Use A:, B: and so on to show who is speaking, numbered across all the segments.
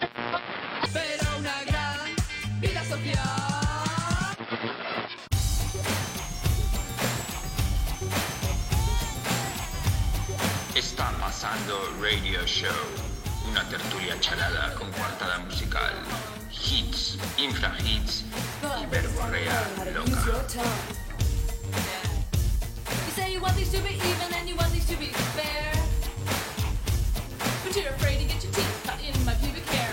A: Pero una gran vida social.
B: Está pasando Radio Show, una tertulia charada con cuartada musical, hits, infrahits y verborrea loca.
A: You say you want things to be even and you want things to be fair. But you're afraid to get your teeth cut in my pubic hair.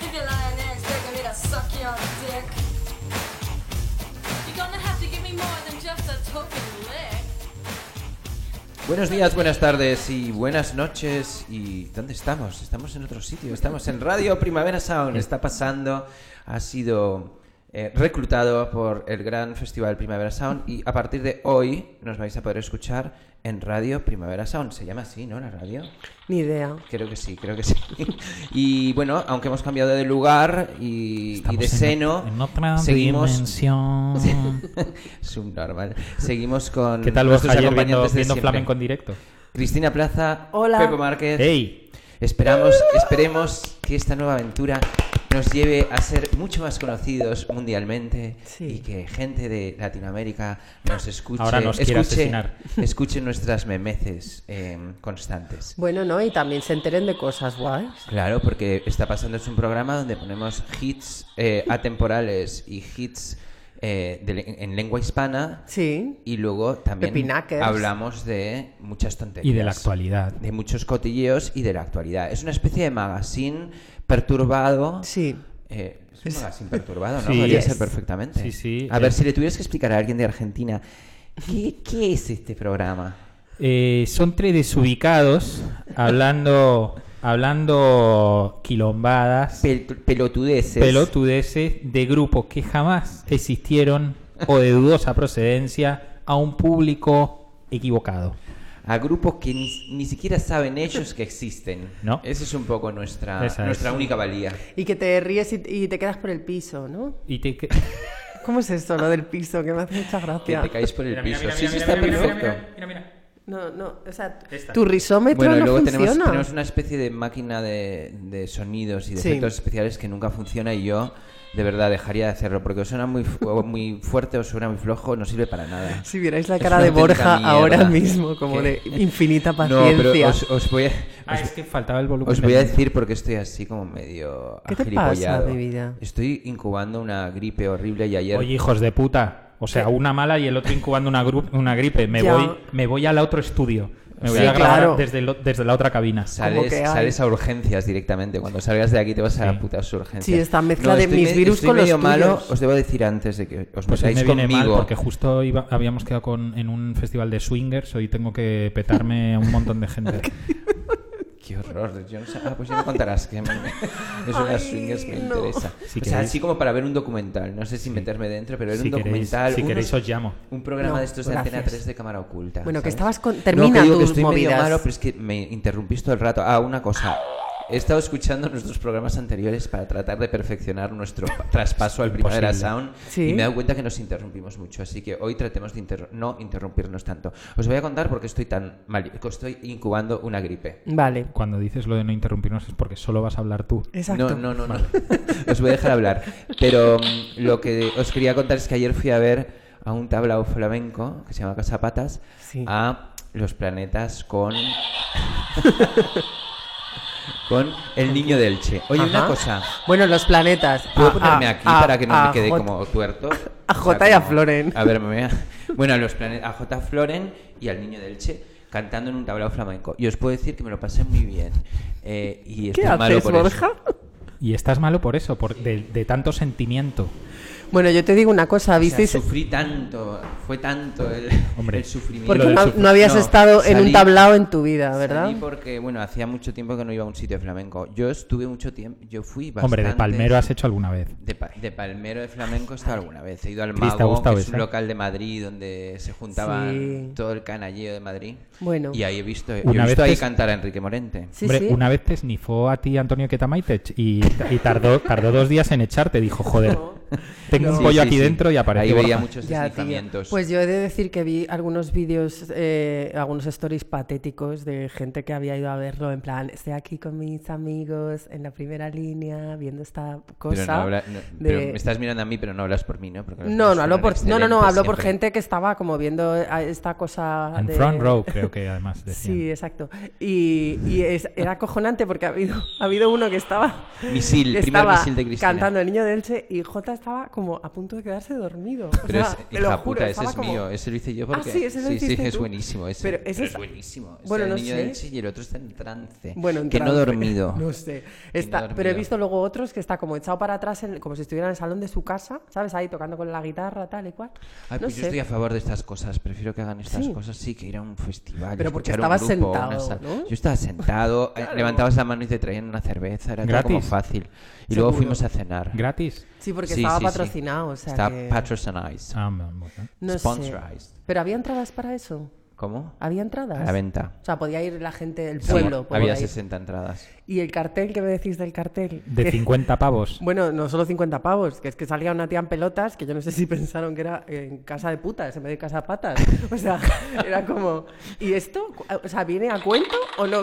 C: If you're lying eggs, they're gonna need a sucky on dick.
A: You're gonna have to give me more than just a token lick.
D: Buenos días, buenas tardes y buenas noches. ¿Y dónde estamos? Estamos en otro sitio. Estamos en Radio Primavera Sound. Está pasando. Ha sido eh, reclutado por el gran festival Primavera Sound y a partir de hoy nos vais a poder escuchar en Radio Primavera Sound. Se llama así, ¿no? La radio.
E: Ni idea.
D: Creo que sí, creo que sí. Y bueno, aunque hemos cambiado de lugar y, y
F: Estamos
D: de
F: en
D: seno,
F: ot- en otra
D: seguimos
F: dimensión.
D: subnormal. Seguimos con
F: ¿Qué tal vos
D: nuestros
F: ayer viendo,
D: acompañantes de
F: viendo
D: siempre.
F: flamenco en directo?
D: Cristina Plaza,
E: Hola.
D: Pepo Márquez.
F: ¡Ey!
D: Esperamos, esperemos que esta nueva aventura nos lleve a ser mucho más conocidos mundialmente
E: Sí.
D: y que gente de Latinoamérica nos escuche.
F: Ahora nos quiere
D: escuche,
F: asesinar.
D: escuche nuestras memeces eh, constantes.
E: Bueno, no, y también se enteren de cosas guays.
D: Claro, porque está pasando es un programa donde ponemos hits eh, atemporales y hits eh, de le- en lengua hispana
E: Sí.
D: y luego también
E: Pepinaques.
D: hablamos de muchas tonterías
F: Y de la actualidad.
D: de muchos cotilleos y de la actualidad. Es una especie de magazine perturbado.
E: Sí.
D: Eh, es un magazine perturbado, ¿no?
F: Sí,
D: Podría
F: es.
D: ser perfectamente.
F: Sí, sí,
D: A ver,
F: es.
D: si le tuvieras que explicar a alguien de Argentina, ¿qué, qué es este programa?
F: Eh, son tres desubicados hablando, hablando quilombadas,
D: Pel- pelotudeces.
F: pelotudeces de grupos que jamás existieron o de dudosa procedencia a un público equivocado.
D: a grupos que ni, ni siquiera saben ellos que existen.
F: No.
D: Esa es un poco nuestra,
F: Esa
D: nuestra
F: es.
D: única valía.
E: Y que te ríes y, y te quedas por el piso, ¿no?
F: Y te... que-
E: ¿Cómo es esto, lo del piso? Que me hace mucha
D: Que
E: gracia.
D: te caes por el
F: Mira, mira,
D: piso.
F: mira,
D: sí,
F: mira,
D: sí, está
F: mira, mira,
D: perfecto.
F: mira, mira, mira.
E: No, no, o sea, t-
F: Esta.
E: tu risómetro
D: Bueno, y
E: no
D: luego
E: funciona.
D: tenemos, tenemos una especie de máquina de, de sonidos y de
E: Sí.
D: efectos especiales que nunca funciona y yo de verdad dejaría de hacerlo porque o suena muy, fu- o muy fuerte o suena muy flojo, no sirve para nada.
E: Si vierais la
D: Es
E: cara
D: una
E: de Borja
D: auténtica
E: ahora
D: mierda.
E: mismo, como
D: ¿Qué?
E: de infinita
D: No,
E: paciencia.
D: pero os, os voy a,
F: Ah,
D: os-
F: es que faltaba el volumen.
D: Os voy a
F: del-
D: decir porque estoy así como medio
E: ¿Qué te
D: agilipollado.
E: pasa, mi vida?
D: Estoy incubando una gripe horrible y ayer
F: Oye, hijos de puta. O sea, una mala y el otro incubando una, gru- una gripe. Me
E: Ya.
F: voy, me voy al otro estudio. Me voy
E: Sí,
F: a grabar
E: claro.
F: desde, lo- desde la otra cabina.
D: Sales,
E: que hay.
D: sales a urgencias directamente. Cuando salgas de aquí te vas a
F: Sí.
D: putas urgencias.
E: Sí, esta mezcla de
D: estoy
E: mis virus
D: estoy
E: con los
D: medio malo.
E: tuyos.
D: Os debo decir antes de que os
F: Pues hoy
D: metáis
F: me viene mal
D: conmigo.
F: porque justo iba- habíamos quedado con, en un festival de swingers. Hoy tengo que petarme a un montón de gente.
D: Qué horror. Yo no sé- Ah, pues ya me contarás que me... eso de las
E: Ay,
D: swingers me
E: no.
D: interesa.
F: Si
D: o sea,
F: queréis-
D: así como para ver un documental. No sé si meterme dentro, pero ver
F: Si
D: un
F: queréis-
D: documental.
F: si
D: unos-
F: queréis os llamo.
D: Un programa
E: No,
D: de estos de Antena
E: gracias.
D: 3 de cámara oculta.
E: Bueno, que
D: ¿sabes?
E: estabas con-
D: No,
E: termina
D: que digo que
E: tus
D: estoy
E: movidas.
D: medio malo, pero es que me interrumpís todo el rato. Ah, una cosa. He estado escuchando nuestros programas anteriores para tratar de perfeccionar nuestro pa- traspaso al
F: Imposible.
D: Primavera Sound
E: Sí.
D: y me he dado cuenta que nos interrumpimos mucho, así que hoy tratemos de interru- no interrumpirnos tanto. Os voy a contar por qué estoy tan mal, estoy incubando una gripe.
E: Vale.
F: Cuando dices lo de no interrumpirnos es porque solo vas a hablar tú.
E: Exacto.
D: No, no, no, no. Os voy a dejar hablar. Pero mm, lo que os quería contar es que ayer fui a ver a un tablao flamenco que se llama Casapatas
E: Sí.
D: a los planetas con. con el niño del Che. Oye, una
E: Ajá.
D: cosa.
E: Bueno, los planetas. Ah,
D: ¿Puedo
E: A,
D: ponerme
E: a,
D: aquí
E: a,
D: para que no
E: a,
D: me quede
E: ah, J.
D: como tuerto?
E: a
D: O sea,
E: J y a
D: como-
E: Floren.
D: A ver, me voy a... Bueno, a, los plane- a J. Floren y al niño del Che cantando en un tablao flamenco. Y os puedo decir que me lo pasé muy bien. Eh, y
E: ¿Qué
D: estoy malo
E: haces,
D: por eso.
E: Borja?
F: Y estás malo por eso, por, de, de tanto sentimiento.
E: Bueno, yo te digo una cosa,
D: O sea,
E: ¿visteis?
D: sufrí tanto, fue tanto el,
F: Hombre.
D: el sufrimiento.
E: Porque
F: lo del
E: no,
F: sufri-
E: no habías
D: No,
E: estado en
D: salí-
E: un tablao en tu vida, ¿verdad?
D: Salí porque, bueno, hacía mucho tiempo que no iba a un sitio de flamenco. Yo estuve mucho tiempo, yo fui bastante...
F: Hombre, de palmero has hecho alguna vez.
D: De, pa- de palmero de flamenco he estado alguna vez. He ido al
F: Cris, ¿te ha
D: Mago, que
F: gustado
D: es un
F: esa?
D: local de Madrid donde se juntaban
E: Sí.
D: todo el canalleo de Madrid.
E: Bueno.
D: Y ahí he visto, yo
F: Una
D: he
F: vez
D: visto
F: te-
D: ahí cantar a Enrique Morente.
E: Sí,
F: Hombre,
E: sí.
F: una vez te snifó a ti Antonio Ketamaitech y, y tardó, tardó dos días en echarte. Dijo, joder, tengo un
D: Sí,
F: pollo
D: sí,
F: aquí
D: sí.
F: dentro y apareció.
D: Ahí veía
F: Borja.
D: muchos
E: Ya, tío.
D: deslizamientos.
E: Pues yo he de decir que vi algunos vídeos, eh, algunos stories patéticos de gente que había ido a verlo, en plan, estoy aquí con mis amigos en la primera línea viendo esta cosa.
D: Pero, no habla- no, pero
E: de-
D: me estás mirando a mí, pero no hablas por mí, ¿no? Porque los
E: No,
D: dos
E: no hablo
D: fueron
E: por, no, no, no,
D: excelentes
E: hablo por
D: siempre.
E: gente que estaba como viendo a esta cosa
F: En
E: de...
F: front row, creo que además. decían.
E: Sí, exacto. Y, y es- era acojonante porque ha habido, ha habido uno que estaba,
D: Misil,
E: que
D: primer
E: estaba
D: misil de Cristina.
E: cantando El Niño de Elche y Jota estaba como a punto de quedarse dormido. O
D: Pero
E: sea,
D: es,
E: te lo
D: hija
E: juro,
D: puta, ese
E: estaba
D: es
E: como-
D: mío. Ese lo hice yo porque.
E: Ah, sí, ese lo
D: sí,
E: hiciste
D: es
E: tú.
D: buenísimo. Ese,
E: Pero ese
D: es
E: está-
D: buenísimo. Ese
E: Bueno,
D: el
E: no
D: niño
E: sé.
D: del Che y el otro está en trance.
E: Bueno, en
D: que no
E: trance.
D: dormido.
E: No sé.
D: Que
E: Está-
D: no dormido.
E: pero he visto luego otros que está como echado para atrás, en- como si estuviera en el salón de su casa, ¿sabes? Ahí tocando con la guitarra, tal y cual.
D: Ay,
E: no
D: pues
E: sé.
D: yo estoy a favor de estas cosas. Prefiero que hagan estas
E: Sí.
D: cosas sí que ir a un festival.
E: Pero porque
D: escuchar un
E: estabas
D: grupo, una
E: sentado,
D: sal-
E: ¿no?
D: Yo estaba sentado, eh, levantabas la mano y te traían una cerveza. Era todo como
F: Gratis.
D: fácil. Y luego
E: Seguro.
D: fuimos a cenar.
F: Gratis.
E: Sí, porque
D: Sí,
E: estaba
D: sí, sí.
E: patrocinado, o sea
D: Está
E: que-
D: patrocinado.
F: Ah, bueno.
E: no sé.
D: sponsorized.
E: Pero había entradas para eso.
D: ¿Cómo?
E: Había entradas.
D: A la venta.
E: O sea, podía ir la gente del
D: Sí,
E: pueblo. podía
D: había
E: ir.
D: 60 entradas.
E: Y el cartel, ¿qué me decís del cartel?
F: De
E: Que-
F: 50 pavos.
E: Bueno, no solo 50 pavos, que es que salía una tía en pelotas, que yo no sé si pensaron que era en casa de putas, en vez de casa de patas. O sea, era como, ¿y esto? O sea, ¿viene a cuento o no?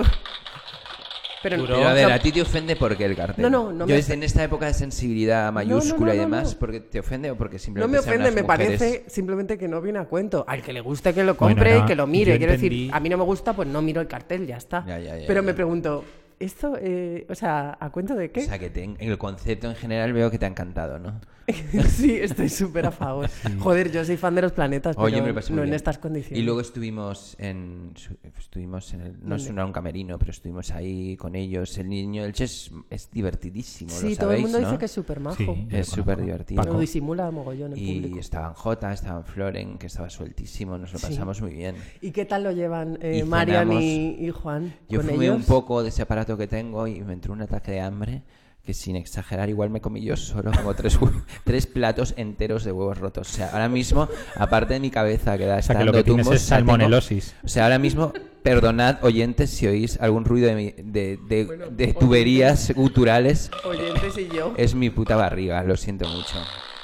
E: Pero,
F: Duro.
D: Pero a
E: no,
D: ver, a ti te ofende porque el cartel.
E: No, no, no
D: Yo
E: me
D: es en esta época de sensibilidad
E: no,
D: mayúscula
E: no,
D: y
E: no,
D: demás,
E: no.
D: porque te ofende o porque
E: no
D: simplemente
E: me
D: sean
E: ofende,
D: las
E: me
D: mujeres?
E: parece simplemente que no viene a cuento. Al que le guste que lo
F: Bueno,
E: compre
F: no,
E: y que lo
F: yo
E: mire. Quiero
F: entendí-
E: decir, a mí no me gusta, pues no miro el cartel, ya está.
D: Ya, ya, ya,
E: Pero
D: ya.
E: me pregunto, ¿esto, eh, o sea, a cuento de qué?
D: O sea, que te- el concepto en general veo que te ha encantado, ¿no?
E: sí, estoy súper a favor. Joder, yo soy fan de los planetas,
D: Oye,
E: Pues pero
D: me lo pasé muy
E: no en
D: bien.
E: estas condiciones. Mm.
D: Y luego estuvimos en. su- Estuvimos en el- No es un, un camerino, pero estuvimos ahí con ellos. El niño del Chess es divertidísimo, lo
E: Sí, todo el
D: sabéis,
E: mundo dice
D: ¿no?
E: que es súper majo.
F: Sí, yo le
D: Es
F: conozco.
D: superdivertido.
E: Lo
F: Paco.
E: disimula mogollón en
D: Y
E: público.
D: estaban Jota, estaban Floren, que estaba sueltísimo, nos lo
E: Sí.
D: pasamos muy bien.
E: ¿Y qué tal lo llevan
D: Y
E: eh,
D: cenamos.
E: Marian y, y Juan?
D: Yo
E: con
D: fumé
E: ellos?
D: un poco de ese aparato que tengo y me entró un ataque de hambre que sin exagerar igual me comí yo solo como tres, hue- tres platos enteros de huevos rotos. O sea, ahora mismo, aparte de mi cabeza que da
F: sea, que lo que tienes es salmonelosis.
D: o sea, ahora mismo, perdonad oyentes si oís algún ruido de, mi- de, de- de tuberías guturales.
E: Oyentes y yo.
D: Es mi puta barriga, lo siento mucho.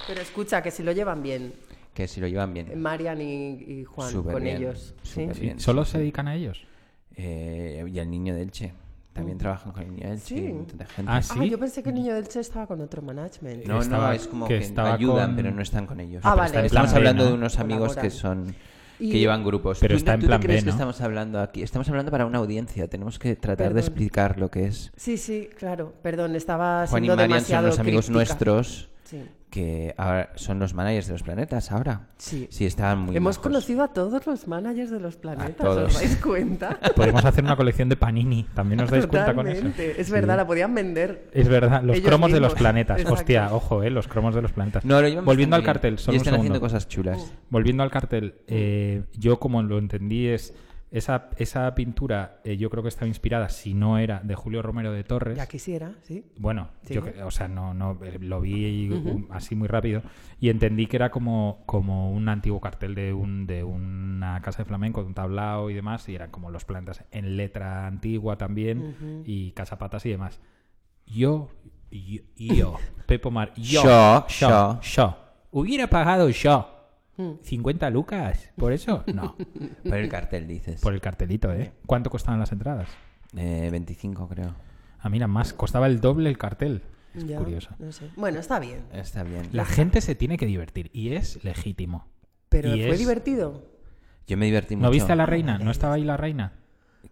E: Pero escucha, que si lo llevan bien,
D: Que si lo llevan
E: eh,
D: bien.
E: Marian y, y Juan,
D: Súper
E: con
D: bien,
E: ellos. ¿sí?
D: súper
F: Sí,
D: bien,
F: ¿Solo
D: sí,
F: se
D: sí.
F: dedican a ellos?
D: Eh, y el niño del Che. También trabajan con el niño del Che. y
E: Sí.
D: un montón de gente.
F: Ah, Uh. sí.
E: Ah, yo pensé que el niño del Che estaba con otro management.
D: No, no,
F: estaba-
D: es como
F: que
D: que,
F: estaba
D: ayudan,
F: con-
D: pero no están con ellos.
E: Ah, vale.
D: Estamos
F: Plan B,
D: hablando
F: ¿no?
D: de unos amigos que
E: Colaboran.
D: son
E: Y-
D: que llevan grupos.
F: Pero
D: ¿Tú,
F: está
D: no-
F: en
D: tú te
F: plan B,
D: crees que
F: ¿no?
D: estamos hablando aquí? Estamos hablando para una audiencia. Tenemos que tratar de
E: Perdón.
D: explicar lo que es.
E: Sí, sí, claro. Perdón, estaba
D: Juan y
E: siendo
D: Marian son
E: demasiado
D: los amigos
E: crítica.
D: nuestros
E: Sí.
D: que ahora son los managers de los planetas ahora.
E: Sí.
D: Sí, estaban muy
E: Hemos
D: majos.
E: conocido a todos los managers de los planetas,
D: todos.
E: ¿os dais cuenta?
F: Podemos hacer una colección de panini. También os dais cuenta con eso.
E: Totalmente. Es
F: Sí.
E: verdad, la podían vender.
F: Es verdad, los
E: Ellos
F: cromos de
E: mismos.
F: los planetas.
E: Exacto.
F: Hostia, ojo, eh, los cromos de los planetas.
D: No, lo llevan
F: Volviendo al
D: bastante bien.
F: cartel, solo
D: Y
F: un
D: están haciendo
F: segundo.
D: cosas chulas.
F: Volviendo al cartel, eh, yo como lo entendí es... Esa, esa pintura eh, yo creo que estaba inspirada, si no era, de Julio Romero de Torres.
E: Ya quisiera, sí.
F: Bueno,
E: Sí.
F: yo, que- o sea, no, no, eh, lo vi y, um, así muy rápido y entendí que era como, como un antiguo cartel de, un, de una casa de flamenco, de un tablao y demás, y eran como los plantas en letra antigua también y casapatas y demás. Yo, yo, yo, Pepo Mar, yo,
D: Yo, yo.
F: yo, yo, hubiera pagado yo
E: Mm.
F: 50 lucas, por eso, no,
D: Por el cartel, dices.
F: por el cartelito, ¿eh? ¿Cuánto costaban las entradas?
D: Eh, 25, creo.
F: Ah, mira, más, costaba el doble el cartel. Es
E: Ya,
F: curioso.
E: no sé. Bueno, está bien.
D: Está bien.
F: La gente se tiene que divertir y es legítimo.
E: Pero
F: Y
E: fue
F: es-
E: divertido.
D: Yo me divertí mucho.
F: ¿No viste a la reina? ¿No estaba ahí la reina?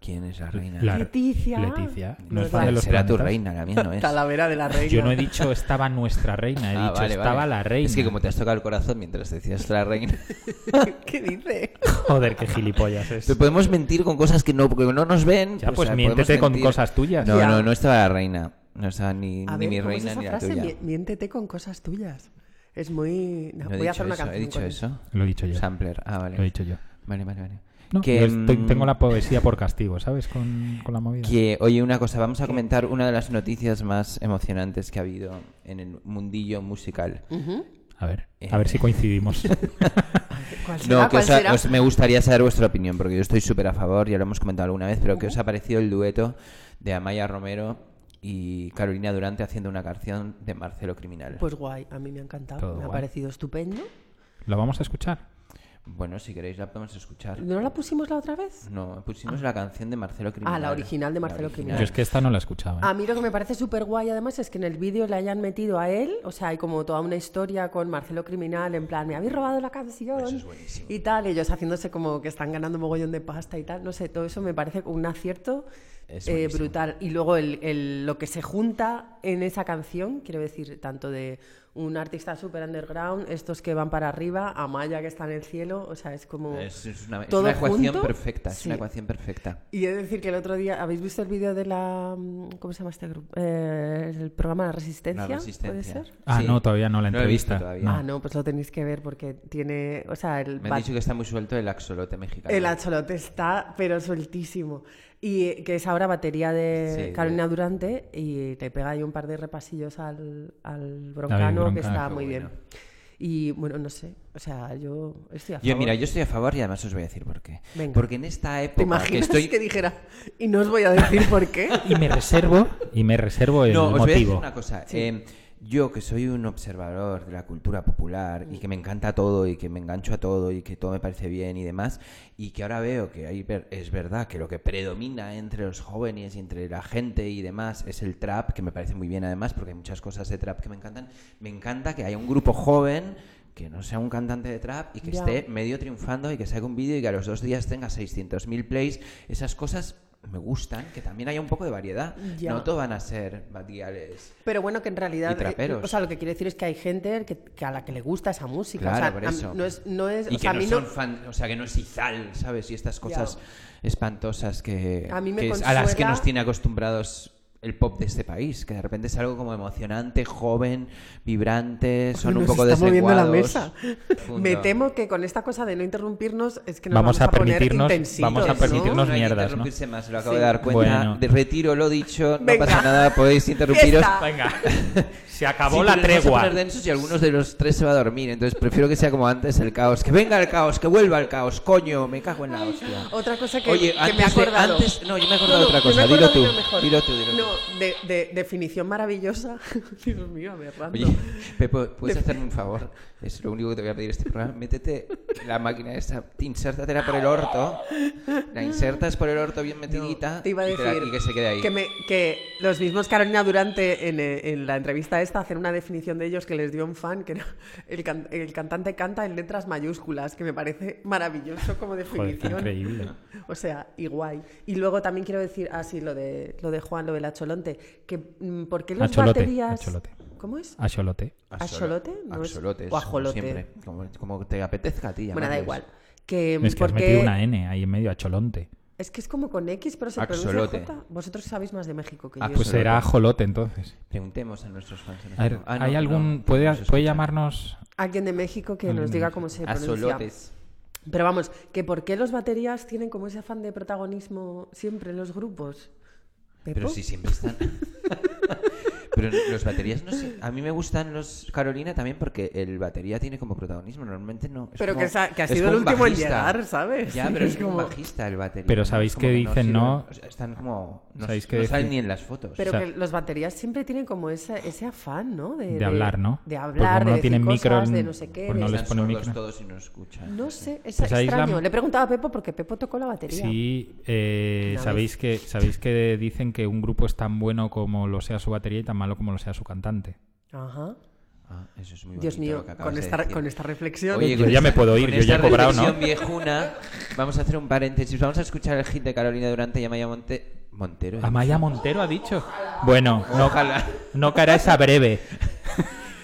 D: ¿Quién es la reina?
F: La-
E: Leticia.
F: Leticia. No
E: No
F: es fan de los
D: Será tu
F: planetas.
D: reina, la mía no es.
E: Talavera de la reina.
F: Yo no he dicho estaba nuestra reina, he
D: Ah,
F: dicho
D: vale,
F: estaba
D: vale.
F: la reina.
D: Es que como te has tocado el corazón mientras decías la reina.
E: ¿Qué dice?
F: Joder, qué gilipollas es.
D: Pero podemos mentir con cosas que no, que no nos ven.
F: Ya,
D: o
F: pues
D: sea,
F: miéntete
D: podemos
F: con
D: mentir.
F: cosas tuyas.
D: No,
E: Ya.
D: no, no estaba la reina. No, o sea, ni,
E: A
D: ni
E: ver,
D: mi
E: ¿cómo es
D: reina
E: esa
D: ni la
E: frase?
D: tuya.
E: Mi- Miéntete con cosas tuyas. Es muy. no,
D: No he
E: voy
D: dicho
E: a hacer una
D: eso,
E: canción.
D: He dicho
E: con
D: eso.
F: Lo he dicho yo.
D: Sampler. Ah, vale.
F: Lo he dicho yo.
D: Vale, vale, vale.
F: No, yo estoy-
D: mm,
F: tengo la poesía por castigo, ¿sabes? Con, con la movida.
D: Que, oye, una cosa, vamos a comentar una de las noticias más emocionantes que ha habido en el mundillo musical.
F: A ver,
D: eh,
F: a ver si coincidimos.
E: ¿Cuál será?
D: No, que
E: ¿Cuál
D: os ha-
E: será?
D: os- me gustaría saber vuestra opinión, porque yo estoy súper a favor, ya lo hemos comentado alguna vez, pero ¿qué os ha parecido el dueto de Amaya Romero y Carolina Durante haciendo una canción de Marcelo Criminal?
E: Pues guay, a mí me ha encantado.
F: Todo
E: me ha
F: guay.
E: parecido estupendo.
F: ¿Lo vamos a escuchar?
D: Bueno, si queréis la podemos escuchar.
E: ¿No la pusimos la otra vez?
D: No, pusimos la canción de Marcelo Criminal.
E: la original de Marcelo
D: Ah.
F: Yo es que esta no la ¿eh? escuchaba.
E: A mí lo que me parece súper guay además es que en el vídeo le hayan metido a él, o sea, hay como toda una historia con Marcelo Criminal, en plan, me habéis robado la canción
D: Eso es buenísimo.
E: y tal, ellos haciéndose como que están ganando mogollón de pasta y tal, no sé, todo eso me parece un acierto
D: Es
E: eh,
D: buenísimo.
E: brutal. Y luego el- el- lo que se junta en esa canción, quiero decir, tanto de un artista súper underground, estos que van para arriba, Amaya que está en el cielo, o sea, es como...
D: Es, es una, es
E: todo
D: una ecuación
E: junto,
D: perfecta, es
E: sí.
D: una ecuación perfecta.
E: Y he de decir que el otro día, ¿habéis visto el vídeo de la. mm, ¿Cómo se llama este grupo? Eh, el programa La Resistencia.
D: La resistencia.
E: ¿Puede ser?
F: Ah,
D: Sí.
F: no, todavía no, la
D: he visto
F: entrevista.
D: todavía.
F: No.
E: Ah, no, pues lo tenéis que ver porque tiene. O sea, el.
D: Me han
E: va-
D: dicho que está muy suelto el axolote mexicano.
E: el acholote está, pero sueltísimo. Y eh, que es ahora batería de
D: Sí,
E: Carolina
D: de-
E: Durante y te pega ahí un par de repasillos al, al broncano,
F: Broncano,
E: que está
F: qué
E: muy
D: bueno.
E: bien. Y bueno, no sé. O sea, yo estoy a favor.
D: Yo, mira, yo estoy a favor y además os voy a decir por qué.
E: Venga.
D: Porque en esta época
E: ¿Te
D: que
E: imaginas que,
D: estoy...
E: dijera? Y no os voy a decir por qué.
F: Y me reservo. Y me reservo el
D: no, os voy a decir
F: motivo.
D: una cosa. Eh, yo que soy un observador de la cultura popular y que me encanta todo y que me engancho a todo y que todo me parece bien y demás, y que ahora veo que hay ver- es verdad que lo que predomina entre los jóvenes y entre la gente y demás es el trap, que me parece muy bien además porque hay muchas cosas de trap que me encantan. Me encanta que haya un grupo joven que no sea un cantante de trap y que
E: Ya.
D: esté medio triunfando y que saque un vídeo y que a los dos días tenga 600.000 plays. Esas cosas me gustan, que también haya un poco de variedad.
E: Ya.
D: No todo van a ser batiales.
E: Pero bueno, que en realidad.
D: Y traperos.
E: eh, O sea, lo que quiero decir es que hay gente que, que a la que le gusta esa música.
D: Claro,
E: o sea,
D: por
E: a mí-
D: eso.
E: No es. No es
D: y
E: o
D: que
E: sea, a
D: no
E: mí
D: son fan, o sea, que no es Izal, ¿sabes? Y estas cosas espantosas que,
E: A mí me
D: que es- a las que
E: consuela-
D: nos tiene acostumbrados el pop de este país, que de repente es algo como emocionante, joven, vibrante, son
E: Nos
D: un poco
E: está moviendo la
D: deslenguados.
E: mesa.
D: Fundo.
E: Me temo que con esta cosa de no interrumpirnos es que nos
F: Vamos
E: vamos,
F: a
E: poner
F: permitirnos-
E: intensitos,
F: vamos a
E: ¿no?
F: permitirnos-
D: hay que
F: mierdas, ¿no?
D: interrumpirse más, lo acabo
E: Sí.
D: de dar cuenta.
F: Bueno.
D: De retiro lo dicho,
E: Venga.
D: no pasa nada, podéis interrumpiros.
E: Esta.
F: Venga. Se
D: Sí,
F: acabó
D: pero
F: la
D: nos vamos a
F: tregua.
D: poner densos y algunos de los tres se va a dormir, entonces prefiero que sea como antes el caos. Que venga el caos, que vuelva el caos, coño, me cago en la hostia.
E: Otra cosa que,
D: Oye,
E: que
D: antes
E: me he
D: de-
E: acordado.
D: antes- no, yo me he acordado otra
E: yo me
D: cosa.
E: he
D: Dilo
E: acordado de
D: tú,
E: una mejor.
D: dilo tú, dilo tú.
E: No, de, de- definición maravillosa. Dios mío, aberrando.
D: Oye, Pepo, ¿puedes hacerme un favor? Es lo único que te voy a pedir este programa. Métete la máquina esa, insértatela por el orto. La insertas por el orto bien metidita
E: Te iba a
D: y, te
E: decir
D: la- y que se quede ahí.
E: Que, me- que los mismos Carolina Durante en, eh, en la entrevista esta hacen una definición de ellos que les dio un fan, que era el, can- el cantante canta en letras mayúsculas, que me parece maravilloso como
F: Joder, qué
E: definición.
F: increíble.
E: O sea, igual. Y luego también quiero decir, así lo de lo de Juan, lo del acholonte, que mm, ¿por qué los
F: Acholote,
E: baterías?
F: acholote.
E: ¿Cómo es?
F: Axolote.
E: ¿Axolote? No es-
D: Axolote,
E: o
D: como
E: ajolote.
D: siempre, Como, como te apetezca a ti.
E: Bueno, da
D: llamarles.
E: igual. Que,
D: Mm,
F: Es que has
E: porque-
F: metido una E. N ahí en medio, acholonte.
D: Pues
E: es que es como con X, pero se pronuncia
D: Axolote.
E: J. Vosotros sabéis más de México que
D: Ah,
E: yo.
F: Pues
D: Axolote.
F: será ajolote entonces.
D: Preguntemos a nuestros fans. en
F: A ver,
D: ejemplo. Ah, no,
F: ¿hay
D: no,
F: algún.
D: no
F: ¿Puede,
D: se
F: puede
D: escucha.
F: llamarnos
E: Alguien de México que
F: Alguien
E: nos
F: de
E: diga
F: México.
E: cómo se pronuncia.
D: Axolotes.
E: Pero vamos, que por qué los baterías tienen como ese afán de protagonismo siempre en los grupos. ¿Pepo?
D: Pero si siempre están. Pero no- los baterías no sé. A mí me gustan los Carolina también porque el batería tiene como protagonismo. Normalmente no. es
E: Pero
D: como-
E: que sa- que ha
D: es
E: sido
D: como
E: el
D: un
E: último en
D: bajista.
E: llegar, ¿sabes?
D: Ya, pero
E: Es
D: es como un
E: como-
D: bajista el batería.
F: Pero
D: ¿no?
F: sabéis
D: Es como
F: que
D: no
F: dicen,
D: sirven-
F: no-
D: o sea, están como. No,
F: Sabéis
D: s-
F: que
D: no salen
F: dicen-
D: ni en las fotos.
E: Pero
F: O sea-
E: que los baterías siempre tienen como ese, ese afán, ¿no? De,
F: de hablar, no?
E: De
F: Porque
E: hablar,
F: como
E: de
F: no
E: decir
F: tienen micro
E: cosas,
F: en-
E: de no sé qué. de-
F: pues no
E: No,
D: Están
F: les ponen
D: sordos
F: micro.
D: todos y no escuchan.
E: sé, es
F: Pues ahí es la-
E: extraño. Le he preguntado a Pepo porque Pepo tocó la batería.
F: Sí, eh,
E: Una
F: sabéis que sabéis que dicen que un grupo es tan bueno como lo sea su batería y tan malo como lo sea su cantante.
E: Ajá.
D: Ah, eso es muy
E: Dios
D: bonito
E: mío,
D: lo que acabas
E: con
D: de
E: esta,
D: decir.
E: con esta reflexión.
F: yo
D: con
F: ya me
D: esta-
F: puedo ir,
D: con
F: yo ya he
D: esta
F: cobrado, ¿no?
D: reflexión viejuna, vamos a hacer un paréntesis. Vamos a escuchar el hit de Carolina Durante y Amaya Monte... Montero.
F: Amaya Montero ha dicho. Bueno, no,
D: Ojalá.
F: no cara esa breve.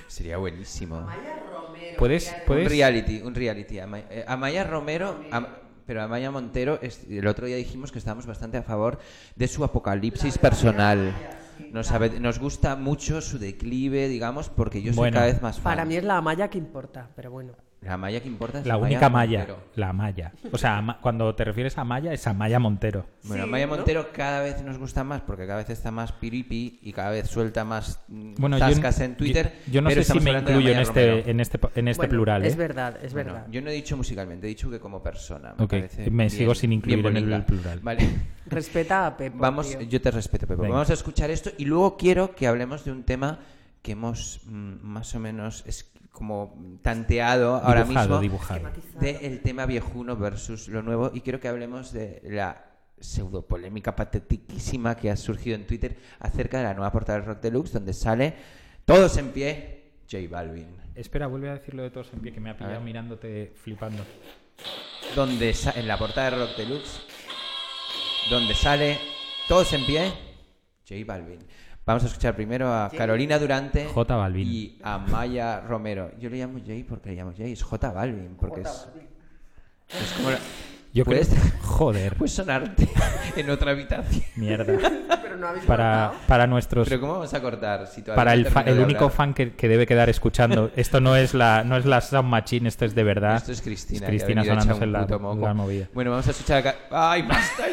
D: Sería buenísimo.
F: Puedes,
D: Un
F: puedes.
D: reality, un reality. Ama- eh, Amaya Romero, Am- pero Amaya Montero, es- el otro día dijimos que estábamos bastante a favor de su apocalipsis personal. nos, ape- nos gusta mucho su declive, digamos, porque yo soy
F: Bueno.
D: cada vez más fan.
E: Para mí es la malla que importa, pero bueno.
D: La malla que importa es
F: La única malla.
D: Montero.
F: La malla. O sea, ma- cuando te refieres a malla, es a malla Montero.
D: Bueno, Maya Montero cada vez nos gusta más porque cada vez está más piripi y cada vez suelta más mm,
F: Bueno, yo,
D: zascas en Twitter.
F: yo, yo no
D: pero
F: sé si
D: estamos
F: me
D: hablando de
F: incluyo en
D: Maya Romero.
F: este, en este, en este
E: Bueno,
F: plural.
E: Es
F: ¿eh?
E: verdad, es
D: Bueno,
E: verdad.
D: yo no he dicho musicalmente, he dicho que como persona.
F: Ok,
D: parece
F: me
D: bien-
F: sigo sin
D: bien
F: incluir en el
D: bonita.
F: plural.
D: Vale.
E: Respeta a Pepo.
D: Vamos,
E: tío.
D: yo te respeto, Pepe.
F: Venga.
D: Vamos a escuchar esto y luego quiero que hablemos de un tema que hemos mm, más o menos es como tanteado ahora mismo
F: Dibujado, dibujado.
D: del tema viejuno versus lo nuevo y quiero que hablemos de la pseudopolémica patetiquísima que ha surgido en Twitter acerca de la nueva portada del Rock Deluxe donde sale todos en pie J Balvin.
F: Espera, vuelve a decirlo de todos en pie, que me ha pillado mirándote flipando.
D: donde sa- en la portada de Rock Deluxe, donde sale todos en pie, J Balvin. Vamos a escuchar primero a Carolina Durante
F: J Balvin.
D: y a Maya Romero. Yo le llamo J porque le llamo J, es J Balvin, porque es, es como... la-
F: Yo creo.
D: puedes,
F: Joder,
D: puedes sonarte en otra habitación.
F: mierda.
E: Pero no habéis
F: Para,
E: notado.
F: para nuestros.
D: Pero ¿cómo vamos a cortar? Si todavía
F: Pues Para
D: no
F: el, fa-
D: termino
F: el
D: de
F: único
D: hablar?
F: fan que, que debe quedar escuchando. Esto no es la no es la sound machine, esto es de verdad.
D: Esto es Cristina.
F: Es
D: que ha
F: Cristina
D: venido a
F: sonándose
D: echar un
F: la,
D: puto moco.
F: la movida.
D: Bueno, vamos a escuchar acá. ¡Ay, basta!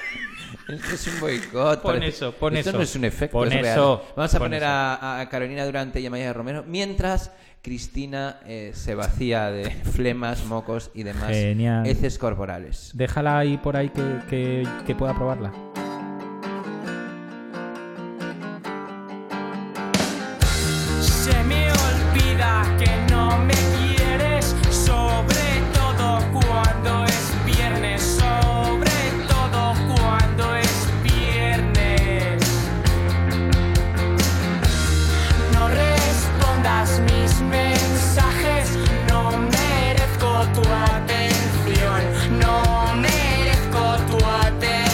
D: Esto es un boicot.
F: Pon
D: parece-
F: eso, pon
D: Esto
F: eso.
D: no es un efecto.
F: Pon
D: es real.
F: eso,
D: Vamos a
F: pon
D: poner
F: eso.
D: a, a Carolina Durante y a Maya Romero mientras Cristina eh, se vacía de flemas, mocos y demás
F: Genial.
D: heces corporales.
F: Déjala ahí por ahí que, que- que pueda probarla.
G: Se me olvida que no me quieres, sobre todo cuando es viernes, sobre todo cuando es viernes. No respondas mis mensajes, no merezco tu atención, no merezco tu atención.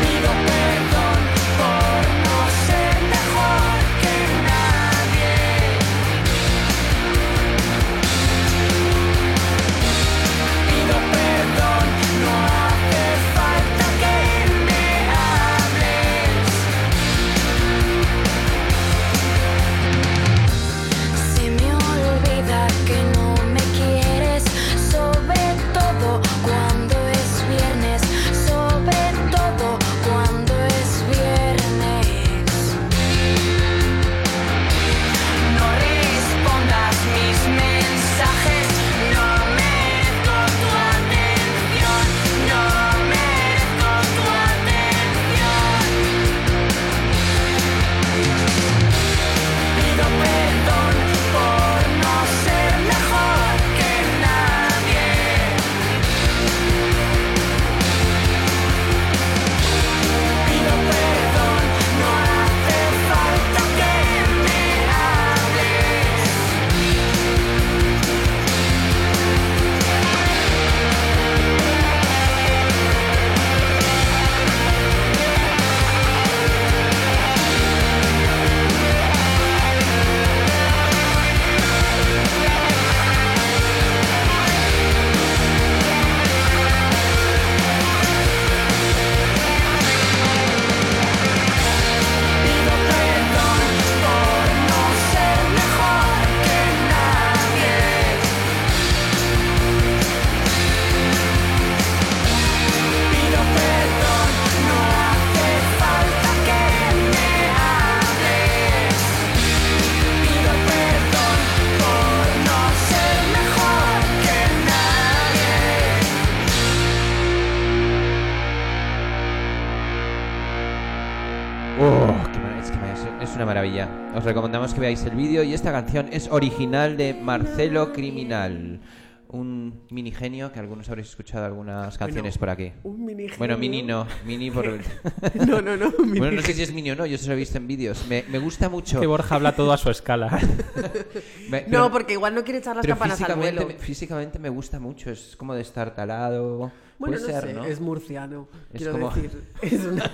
G: Pido perdón por no ser mejor que nadie. Pido perdón, no hace falta que me hables.
H: Se me olvida que no me quieres, sobre todo cuando es viernes, sobre todo cuando es viernes.
G: No respondas mis mensajes, no merezco tu atención, no merezco tu atención. Pido perdón por no ser mejor que nadie. Pido perdón, no hace falta que me hables. Pido perdón por no ser mejor que nadie. Pido perdón, no hace falta que me hables. Pido perdón por no ser mejor que nadie.
D: Oh, qué mar- es, que Maya- es una maravilla. Os recomendamos que veáis el vídeo y esta canción es original de Marcelo Criminal. Un mini genio que algunos habréis escuchado algunas canciones por aquí.
E: Un mini
D: Bueno,
E: genio.
D: mini no, mini por...
E: No, no, no. mini
D: bueno, no sé si es mini o no, yo eso lo he visto en vídeos. Me, me gusta mucho.
F: Que Borja habla todo a su escala.
D: Me-
E: genio.
D: pero-
E: No, porque igual no quiere echar las
D: pero
E: campanas al
D: físicamente,
E: vuelo.
D: me, físicamente me gusta mucho, es como destartalado,
E: Bueno,
D: Puede
E: no
D: ser,
E: sé,
D: ¿no?
E: es murciano,
D: Es
E: quiero
D: como-
E: decir. Es una-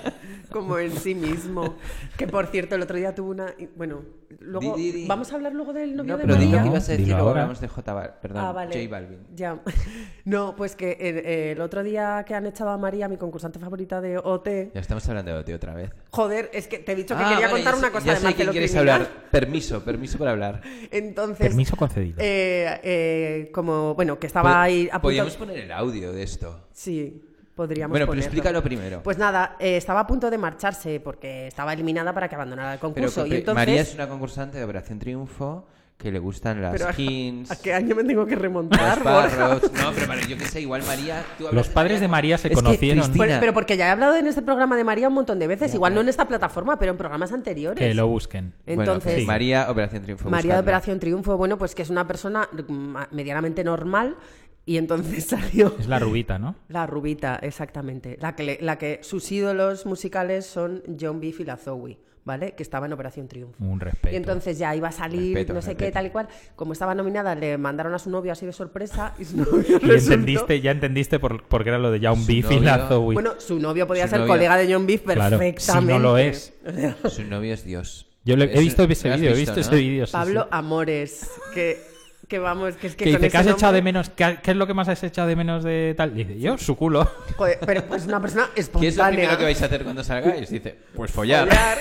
E: como en sí mismo. Que por cierto, el otro día tuvo una. Bueno, luego.
D: Di, di, di.
E: Vamos a hablar luego del novio
D: No,
E: de
D: pero di lo
E: María.
D: que ibas a
F: Dilo
D: decir, luego
F: ahora.
D: hablamos de J Bal- perdón,
E: Ah, vale.
D: J Balvin.
E: Ya. No, pues que el, el otro día que han echado a María, mi concursante favorita de OT.
D: Ya estamos hablando de ti otra vez.
E: Joder, es que te he dicho que
D: Ah,
E: quería
D: vale,
E: contar
D: ya
E: una
D: sé-
E: cosa
D: ya
E: de
D: sé quién
E: Marcelo
D: quieres
E: Criminal.
D: hablar. Permiso, permiso para hablar.
E: Entonces.
F: Permiso concedido.
E: eh, eh, como, bueno, que
D: Pues,
E: estaba ahí a punto.
D: Podríamos poner el audio de esto.
E: Sí, podríamos
D: Bueno, pero
E: ponerlo.
D: explícalo primero.
E: Pues nada, eh, estaba a punto de marcharse porque estaba eliminada para que abandonara el
D: Pero
E: concurso.
D: que
E: y
D: pre-
E: entonces...
D: María es una concursante de Operación Triunfo que le gustan las
E: Pero,
D: skins.
E: ¿A qué año me tengo que remontar?
D: Los
E: Borja?
D: parrots. No, pero vale, yo qué sé, igual María. tú hablas
F: Los
D: de
F: padres
D: María
F: de María se
D: Es que
F: conocieron.
D: Cristina-
E: Por- Pues, pero porque ya he hablado en este programa de María un montón de veces, igual no en esta plataforma, pero en programas anteriores.
F: Que lo busquen.
D: Bueno,
E: Entonces,
D: pues María, Operación Triunfo.
E: María de
D: buscadla.
E: Operación Triunfo, bueno, pues que es una persona ma- medianamente normal y entonces salió
F: Es la rubita, ¿no?
E: La rubita, exactamente. La que, le- la que sus ídolos musicales son John Beef y la Zoe, ¿vale? Que estaba en Operación Triunfo.
F: Un respeto.
E: Y entonces ya iba a salir,
D: Respeto,
E: no sé
D: respeto.
E: qué, tal y cual. Como estaba nominada, le mandaron a su novio así de sorpresa y su novio
F: Y
E: resultó-
F: entendiste, ya entendiste por, por qué era lo de Young
D: Su
F: Beef y la
D: novio-
F: Zoe.
E: Bueno, su novio podía
D: Su
E: ser
D: novio.
E: colega de John Beef
F: Claro,
E: perfectamente.
F: si no lo es.
D: Su novio es Dios.
F: Yo le-
D: Es-
F: he visto
D: ¿lo
F: ese
D: has
F: vídeo, he
D: visto,
F: visto
D: no?
F: ese vídeo. sí,
E: Pablo
F: sí.
E: Amores, que, que vamos, que es que
F: Que
E: con
F: dice,
E: ese
F: ¿qué has echado de
E: nombre-
F: menos? ¿Qué, ha- qué es lo que más has echado de menos de tal? Y dice, yo, su culo.
E: Joder, pero pues una persona espontánea.
D: ¿Qué es lo primero que vais a hacer cuando salgáis? Dice, pues follar.
E: Follar.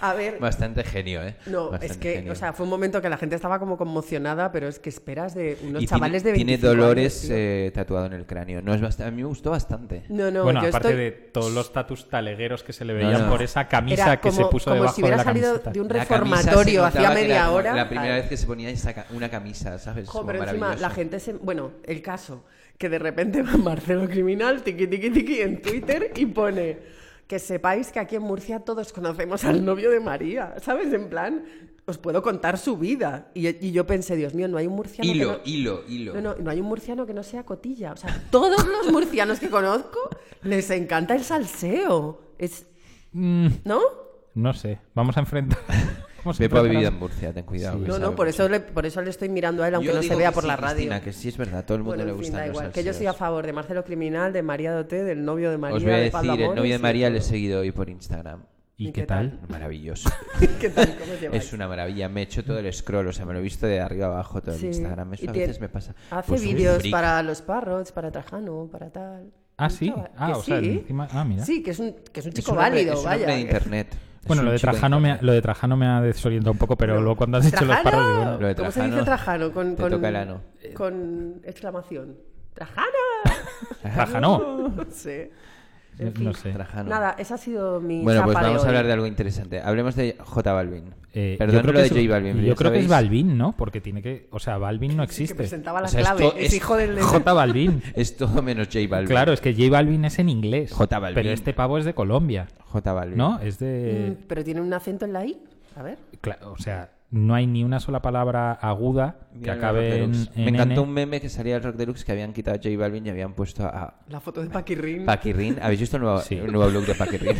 E: A ver,
D: Bastante genio, ¿eh?
E: No,
D: Bastante
E: es que,
D: genio.
E: o sea, fue un momento que la gente estaba como conmocionada, pero es que esperas de unos
D: Y
E: chavales
D: tiene,
E: de 25
D: tiene dolores
E: años, tío.
D: eh, tatuado en el cráneo. No es bast- A mí me gustó bastante.
E: No, no,
F: bueno,
E: yo
F: aparte
E: estoy...
F: de todos los tatus talegueros que se le veían
D: no.
F: por esa camisa
E: Era
F: que se
E: como-
F: puso
E: como
F: debajo
E: si
F: de
E: hubiera
F: la
E: salido
F: camiseta.
E: de un
D: La camisa
E: reformatorio
D: se
E: hacía
D: notaba que era
E: media
D: como
E: hora.
D: La primera
E: Ay.
D: vez que se ponía esa ca- una camisa, ¿sabes?
E: Jo,
D: Como
E: pero encima
D: maravilloso.
E: la gente se... Bueno, el caso, que de repente va Marcelo Criminal, tiqui, tiqui, tiqui, en Twitter y pone... Que sepáis que aquí en Murcia todos conocemos al novio de María, ¿sabes? En plan, os puedo contar su vida. Y, y yo pensé, Dios mío, no hay un murciano que
D: Hilo,
E: no-
D: hilo, hilo.
E: No, no, no hay un murciano que no sea cotilla. O sea, todos los murcianos que conozco les encanta el salseo. Es... ¿No?
F: Mm, No sé, vamos a enfrentar. vamos a
D: Pepo ha
F: enfrentar-
D: vivido en Murcia, ten cuidado.
F: Sí.
D: que
E: No,
D: sabe
E: no, por
D: mucho.
E: eso, le, por eso le estoy mirando a él, aunque
D: Yo
E: no se
D: digo
E: vea
D: que
E: por
D: sí,
E: la radio.
D: Cristina, que sí es verdad, todo el mundo
E: Bueno,
D: le
E: en fin,
D: gusta.
E: da igual. Que yo soy a favor de Marcelo Criminal, de María Doté, del novio de María.
D: Os voy a
E: de
D: decir,
E: Pablo
D: el
E: Amores
D: novio de
E: y
D: María
E: todo.
D: le he seguido hoy por Instagram.
F: ¿Y
E: ¿Y
F: qué
E: qué
F: tal?
D: Maravilloso.
E: ¿Qué tal? ¿Cómo os lleváis?
D: Es una maravilla. Me he hecho todo el scroll, o sea, me lo he visto de arriba abajo todo
E: Sí.
D: el Instagram. Eso
E: Y
D: a
E: tiene-
D: veces me pasa.
E: Hace
D: Pues soy un
E: vídeos
D: freak.
E: para los Parrots, para Trajano, para tal.
F: Ah,
E: Un
F: sí.
E: chaval-
F: Ah,
E: que
F: o sea,
E: sí.
F: encima- ah, mira.
E: Sí, que es un, que es un
D: Es
E: chico
D: un hombre-
E: válido,
D: es un
E: vaya.
D: hombre de internet. Es
F: Bueno,
D: un
F: lo de,
D: chico
F: Trajano me, ha-
D: internet.
F: lo de Trajano me ha desorientado un poco, pero luego cuando has dicho los
E: ¡Trajano!
F: paros, digo, Eh, bueno,
D: Lo de
E: ¿Cómo se
D: Trajano,
E: dice Trajano? Con,
D: te
E: con,
D: toca el ano.
E: con exclamación. ¡Trajano!
F: Trajano.
E: No sé. En
F: No
E: fin.
F: sé.
D: Trajano.
E: Nada, esa ha sido mi
D: Ah, Bueno,
E: chapa
D: pues vamos
E: de
D: a hablar de
E: hoy.
D: algo interesante. Hablemos de J Balvin.
F: Eh, yo
D: Perdón
F: creo
D: lo
F: que
D: de
F: es-
D: J Balvin. pero
F: Yo
D: ya
F: creo que es
D: sabéis-
F: Balvin, ¿no? Porque tiene que. O sea, Balvin no
E: Que
F: existe.
E: presentaba la
D: O sea,
E: clave.
D: esto
E: es
D: es
E: hijo del...
F: J Balvin.
D: Es todo menos J Balvin.
F: Claro, es que J Balvin es en inglés.
D: J Balvin.
F: Pero este pavo es de Colombia.
D: J Balvin.
F: ¿No? Es de.
E: Mm, Pero tiene un acento en la I. A ver.
F: Cla- o sea, no hay ni una sola palabra aguda que
D: Mira el Rock
F: acabe en,
D: Deluxe.
F: en
D: Me encantó
F: N.
D: un meme que salía del Rock Deluxe que habían quitado a J Balvin y habían puesto a
E: La foto de Paquirrín.
D: Paquirrin. ¿Habéis visto el nuevo,
F: Sí.
D: el nuevo blog de Paquirrin?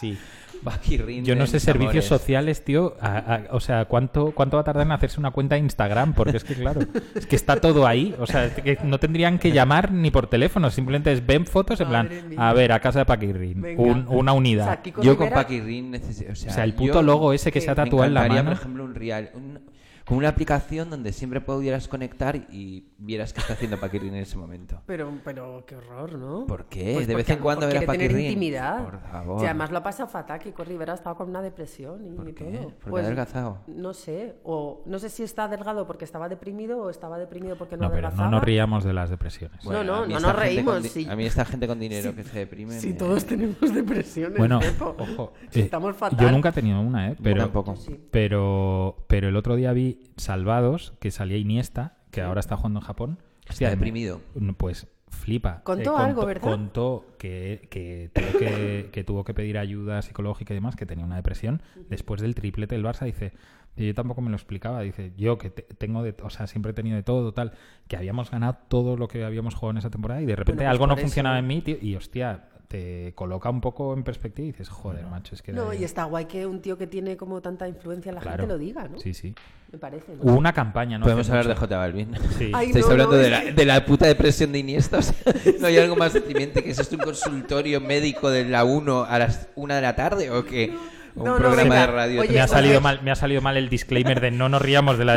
F: Sí.
D: Paquirrin.
F: Yo no
D: de
F: sé
D: mis
F: servicios
D: amores.
F: sociales, tío. a- a- o sea, ¿cuánto, ¿cuánto va a tardar en hacerse una cuenta de Instagram? Porque es que, claro, es que está todo ahí. O sea, es que no tendrían que llamar ni por teléfono. Simplemente es ven fotos en
E: Madre
F: plan,
E: mía.
F: a ver, a casa de Paquirrin.
E: Venga.
F: un- una unidad.
E: O sea, Kiko
D: Yo con
E: Rivera-
D: Paquirrin necesito. O sea,
F: o sea, el
D: yo-
F: puto logo ese que se ha
D: Me
F: tatuado en la
D: encantaría,
F: mano.
D: por ejemplo, un real. un- como una aplicación donde siempre pudieras conectar y vieras qué está haciendo Paquirrin en ese momento.
E: Pero, pero qué horror, ¿no?
D: ¿Por qué?
E: Pues
D: De vez
E: porque
D: en
E: a lo
D: cuando
E: mejor
D: era
E: quiere tener
D: Paquirrín.
E: intimidad.
D: Por favor.
E: Y además lo ha pasado fatal. Kiko Rivera estaba con una depresión y
D: ¿Por qué?
E: todo. Pues,
D: Porque ha adelgazado.
E: No sé. O no sé si está delgado porque estaba deprimido o estaba deprimido porque no,
F: No, pero
E: adelgazaba.
F: no nos ríamos de las depresiones.
E: Bueno, no,
D: a mí
E: no
D: esta
E: nos
D: gente con
E: reímos,
D: di-
E: sí.
D: A mí esta gente con dinero que se deprime.
E: Si
D: me-
E: todos tenemos depresiones,
F: Bueno,
E: Pepo.
F: ojo,
E: Si
F: eh,
E: estamos fatal.
F: yo nunca he tenido una, ¿eh? Pero,
D: tampoco.
E: Sí.
F: Pero, pero el otro día vi Salvados, que salía Iniesta, que ahora está jugando en Japón. Hostia, me-
D: deprimido.
F: no, Pues flipa.
E: Contó algo, ¿verdad?
F: Contó que, que, tuvo que, que tuvo que pedir ayuda psicológica y demás, que tenía una depresión. Después del triplete del Barça, dice... y Yo tampoco me lo explicaba. Dice, yo que te- tengo de... O sea, siempre he tenido de todo, tal. Que habíamos ganado todo lo que habíamos jugado en esa temporada y de repente
E: Bueno, pues
F: algo no
E: por eso.
F: funcionaba en mí, tío. Y hostia, te- te coloca un poco en perspectiva y dices, joder, macho, es que...
E: No,
F: era-
E: y está guay que un tío que tiene como tanta influencia la
F: Claro.
E: gente lo diga, ¿no?
F: Sí, Uh. sí.
E: Me parece. ¿no?
F: Hubo una campaña, ¿no?
D: Podemos
F: Hace
D: hablar de
F: mucho.
D: J Balvin.
F: Sí.
E: Ay,
D: Estáis
E: no,
D: hablando
E: no,
D: de,
E: es
D: la,
E: que-
D: de la puta depresión de Iniesta. o sea, ¿No hay algo más deprimente que es esto un consultorio médico de la 1 a las 1 de la tarde o qué? O Un
E: No, no,
D: programa de
E: venga,
D: radio.
E: oye,
F: me ha
E: Ojalá-
F: salido mal, me ha salido mal el disclaimer de no nos riamos de la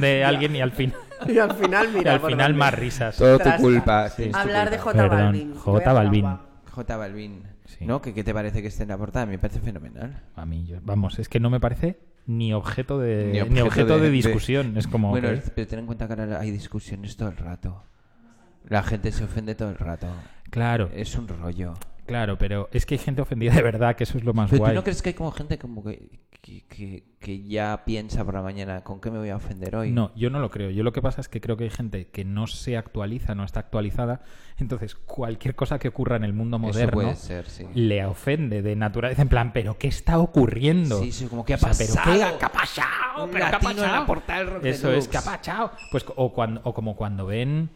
F: de alguien y al final
E: Y al final,
F: y
E: mira.
F: al
E: por
F: final
E: dónde.
F: más risas.
D: Todo tu
E: Trasca.
D: culpa. sí, es tu
E: Hablar de
D: culpa.
E: J
F: Perdón,
E: Balvin.
F: J
E: Voy a hacer
F: Balvin.
E: agua.
D: J Balvin.
F: Sí.
D: ¿No? ¿Qué, qué te parece que esté en la portada? Me parece fenomenal.
F: A mí, yo- vamos, es que no me parece ni objeto de Eh, ni
D: Ni
F: objeto, de, discusión, es como
D: Bueno,
F: que-
D: es- pero ten en cuenta que ahora hay discusiones todo el rato. La gente se ofende todo el rato.
F: claro,
D: Es un rollo.
F: claro, pero es que hay gente ofendida de verdad, que eso es lo más
D: Pero
F: guay.
D: ¿tú no crees que hay como gente como que, que, que- que ya piensa por la mañana con qué me voy a ofender hoy?
F: No, yo no lo creo. Yo lo que pasa es que creo que hay gente que no se actualiza, no está actualizada. Entonces, cualquier cosa que ocurra en el mundo
D: Eso
F: moderno
D: puede ser, sí.
F: le ofende de naturaleza. En plan, ¿pero qué está ocurriendo?
D: Sí, sí, como que ha
F: O sea, ¿pero
D: pasado?
F: qué ha- qué ha pasado?
D: Un
F: ¿Pero qué ha
D: latino en la
F: pasado?
D: portada del Rock
F: Eso
D: Deluxe.
F: es, ¿qué ha pasado? Pues, o, cuando, o como cuando ven...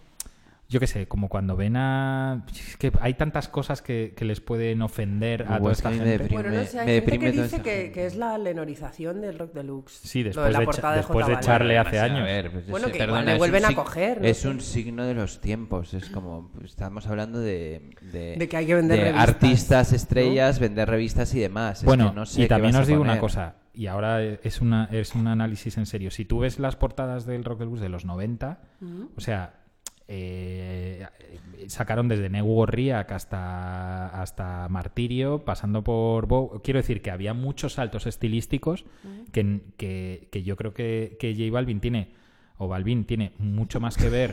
F: Yo qué sé, como cuando ven a... Es que hay tantas cosas que, que les pueden ofender a
D: Buah,
F: toda
D: es
F: esta
D: que a mí me
F: gente.
D: deprime.
E: Bueno, no sé, hay
D: me
E: gente
D: deprime
E: que
D: toda
E: dice
D: esa
E: que,
D: gente.
E: que es la lenorización del rock deluxe.
F: Sí,
E: Lo
F: después de, echa-
E: portada
F: después
E: J
F: de
E: Balvin.
F: echarle hace
D: Bueno,
F: años.
D: A ver, pues
E: Bueno,
D: es-
E: que
D: perdona,
E: igual le
D: es un
E: vuelven a
D: sig-
E: coger, ¿no?
D: Es un signo de los tiempos. Es como. pues, Estamos hablando de. De,
E: De que hay que vender revistas,
D: artistas, estrellas, vender revistas y demás. Es
F: Bueno,
D: que no sé
F: y
D: qué
F: también
D: vas
F: os
D: a
F: digo una
D: poner.
F: cosa, y ahora es, una, es un análisis en serio. Si tú ves las portadas del Rock del Blues de los 90, o sea, eh, sacaron desde Negu Gorriak hasta, hasta Martirio, pasando por Bow. Quiero decir que había muchos saltos estilísticos que, que, que yo creo que, que J Balvin tiene. O Balvin tiene mucho más que ver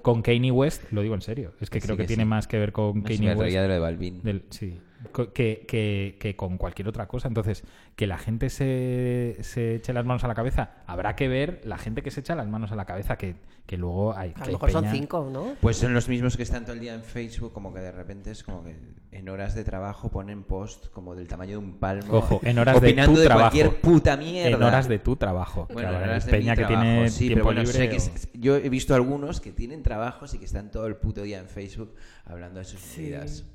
F: con Kanye West, lo digo en serio. Es que
D: Que sí,
F: creo que,
D: que
F: tiene
D: sí.
F: más que ver con
D: No sé si
F: Kanye
D: me
F: West
D: reía de lo de Balvin.
F: del- sí. Co- Que, que- que con cualquier otra cosa. Entonces, que la gente se, se eche las manos a la cabeza. Habrá que ver la gente que se echa las manos a la cabeza, que, que luego
E: A
F: hay. que
E: lo
F: hay
E: mejor son
F: peña-
E: cinco, ¿no?
D: Pues son los mismos que están todo el día en Facebook, como que de repente es como que en horas de trabajo ponen post como del tamaño de un palmo.
F: Ojo, en horas de
D: opinando
F: tu
D: de,
F: trabajo.
D: cualquier puta mierda.
F: En horas de tu trabajo.
D: Bueno,
F: Claro,
D: en
F: hay
D: horas de
F: peña
D: mi
F: que
D: trabajo,
F: tiene
D: sí, pero
F: tiempo
D: bueno,
F: libre
D: sé que
F: o-
D: es- yo he visto algunos que tienen trabajos y que están todo el puto día en Facebook hablando de sus vidas.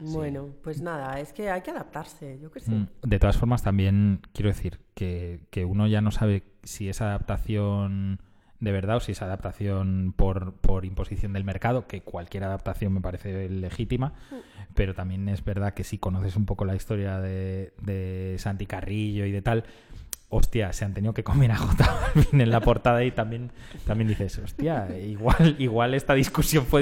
E: Bueno, pues nada, es que hay que adaptarse, yo qué sé.
F: Mm, De todas formas, también quiero decir que, que uno ya no sabe si es adaptación de verdad o si es adaptación por, por imposición del mercado, que cualquier adaptación me parece legítima,
E: Mm.
F: pero también es verdad que si conoces un poco la historia de, de Santi Carrillo y de tal, hostia, se han tenido que comer a J Balvin en la portada y también, también dices, hostia, igual, igual esta discusión fue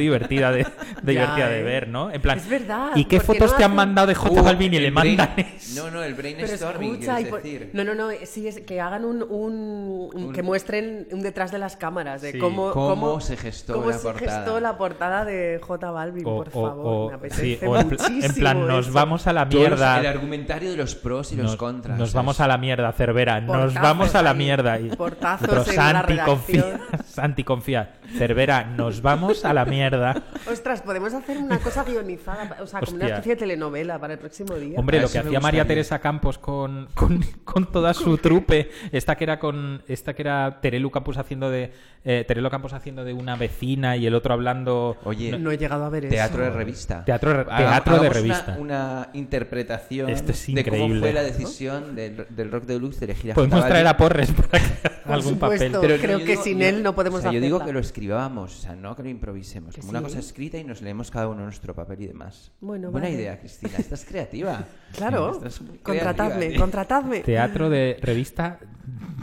F: divertida de, divertida de
E: eh.
F: ver, ¿no? En plan,
E: Es verdad,
F: ¿y qué
E: porque
F: fotos
E: no
F: te han
E: hacen-
F: mandado de J
D: Uh,
F: Balvin y
D: el
F: le
D: brain-
F: mandan eso?
D: No, no, el
E: Pero
D: brainstorming,
E: escucha, y
D: quieres
E: por-
D: decir.
E: no, no, no, eh, sí, es que hagan un, un- un- que muestren un detrás de las cámaras de
F: Sí.
E: cómo,
D: Cómo se gestó
E: cómo
D: la
E: se
D: portada.
E: gestó la portada de J Balvin,
F: O-
E: por
F: o-
E: favor,
F: o-
E: me
F: sí,
E: apetece
F: o en, pla- en
E: muchísimo
F: plan, nos
E: eso.
F: vamos a la
D: Todos los-
F: mierda.
D: el argumentario de los pros y los
F: nos,
D: contras. ¿eh?
F: nos
D: ¿sabes?
F: vamos a la mierda, Cervera. nos
E: Portazos
F: vamos a la
E: ahí,
F: mierda. Y,
E: portazos
F: pero
E: en la
F: Santi, confía.
E: redacción.
F: Santi, confía. Cervera, nos vamos a la mierda.
E: Ostras, podemos hacer una cosa guionizada, o sea, como una
F: Hostia.
E: especie de telenovela para el próximo día.
F: Hombre,
D: Ah,
F: lo
D: eso
F: que
D: me
F: hacía María
D: gustaría.
F: Teresa Campos con, con, con toda su trupe, esta que era con esta que era Terelu Campos haciendo de eh, Terelu Campos haciendo de una vecina y el otro hablando
D: Oye,
E: no he llegado a ver
D: teatro de
E: eso.
D: revista.
F: Teatro de-
D: Haga-
F: teatro de
D: Ah, hagamos
F: revista.
D: Una, una interpretación
F: Esto es
D: de cómo
F: increíble.
D: fue la decisión del, del rock deluxe de elegir a
F: podemos
D: J
F: traer a
D: Balvin.
F: Porres para que haga
E: Por
F: algún
E: supuesto.
F: papel.
E: Creo
D: yo
E: que sin él no podemos
D: o sea, Yo digo
E: hacerla.
D: que lo escribábamos, o sea, no que lo improvisemos.
E: Que
D: Como una
E: sí.
D: cosa escrita y nos leemos cada uno nuestro papel y demás.
E: Bueno,
D: Buena
E: vale.
D: idea, Cristina. Estás creativa.
E: Claro,
D: Estás muy creativa, eh.
E: contratadme,
D: tío.
E: contratadme.
F: Teatro de revista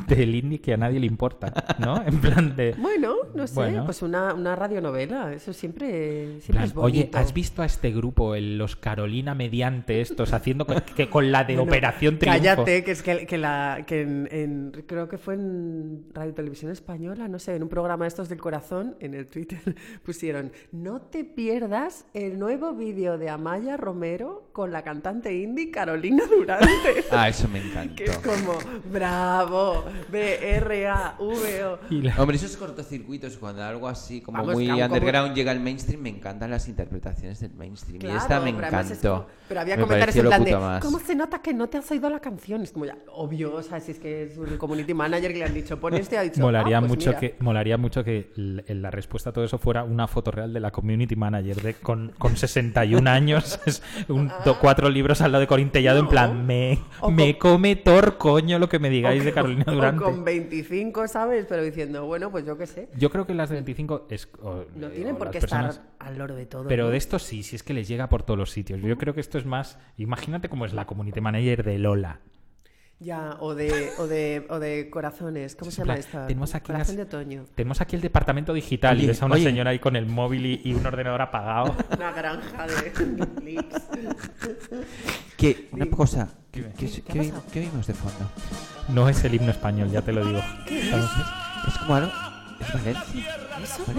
F: del indie que a nadie le importa, ¿no? En plan de
E: Bueno, no sé,
F: Bueno.
E: pues una, una radionovela, eso siempre, siempre
F: Plan,
E: es bonito.
F: Oye, ¿has visto a este grupo, el- los Carolina Mediante estos, haciendo co- que con la de
E: Bueno,
F: Operación Triunfo?
E: Cállate, que es que, que la, que en, en- creo que fue en Radio Televisión Española, no sé, en un programa de estos del corazón, en el Twitter, pusieron, no te pierdas el nuevo vídeo de Amaya Romero con la cantante indie Carolina Durante.
D: Ah, eso me encantó.
E: que es como, bravo, B-R-A-V-O.
F: Y la-
D: Hombre, esos cortocircuitos, cuando algo así como
E: Vamos, pues-
D: muy
E: que aún como-
D: underground llega al mainstream, me encantan las interpretaciones del mainstream. y
E: Claro,
D: esta me
E: pero además es
D: encantó.
E: como- pero había
D: Me
E: comentarios
D: pareció
E: en
D: lo
E: plan de,
D: puto más.
E: ¿cómo se nota que no te has oído la canción? Es como ya, obvio, o sea, si es que es un community manager que le han dicho, pon este, ha dicho,
F: Molaría,
E: "Ah, pues
F: mucho
E: mira".
F: que, molaría mucho que l- la respuesta a todo eso fuera una foto real de la community manager de, con, con 61 años, es un- do- cuatro libros al lado de Corín Tellado, en plan, me,
E: Ah. O
F: me
E: con-
F: come Thor, coño, lo que me digáis
E: O
F: de
E: con-
F: Carolina
E: o
F: Durante.
E: con 25, ¿sabes? Pero diciendo, bueno, pues yo qué sé.
F: Yo creo que las de 25 es, o-
E: No
F: eh,
E: tienen
F: o
E: por
F: las
E: qué
F: personas-
E: estar al loro de todo.
F: Pero
E: ¿no?
F: de esto sí, si es que les llega por todos los sitios. Yo creo que esto es más. Imagínate cómo es la community manager de Lola.
E: Ya, o de, o de, o de corazones. ¿Cómo se
F: En
E: llama
F: plan,
E: esta?
F: Tenemos aquí,
E: Corazón de
F: las-
E: otoño.
F: tenemos aquí el departamento digital y
D: Oye,
F: ves a una
D: oye.
F: señora ahí con el móvil y, y un ordenador apagado.
E: Una granja de clips.
D: Que, una cosa, ¿qué, qué- qué-
E: ha pasado?
D: qué vimos de fondo?
F: No es el himno español, ya te lo digo. Estamos-
D: Es como algo. Es Valencia.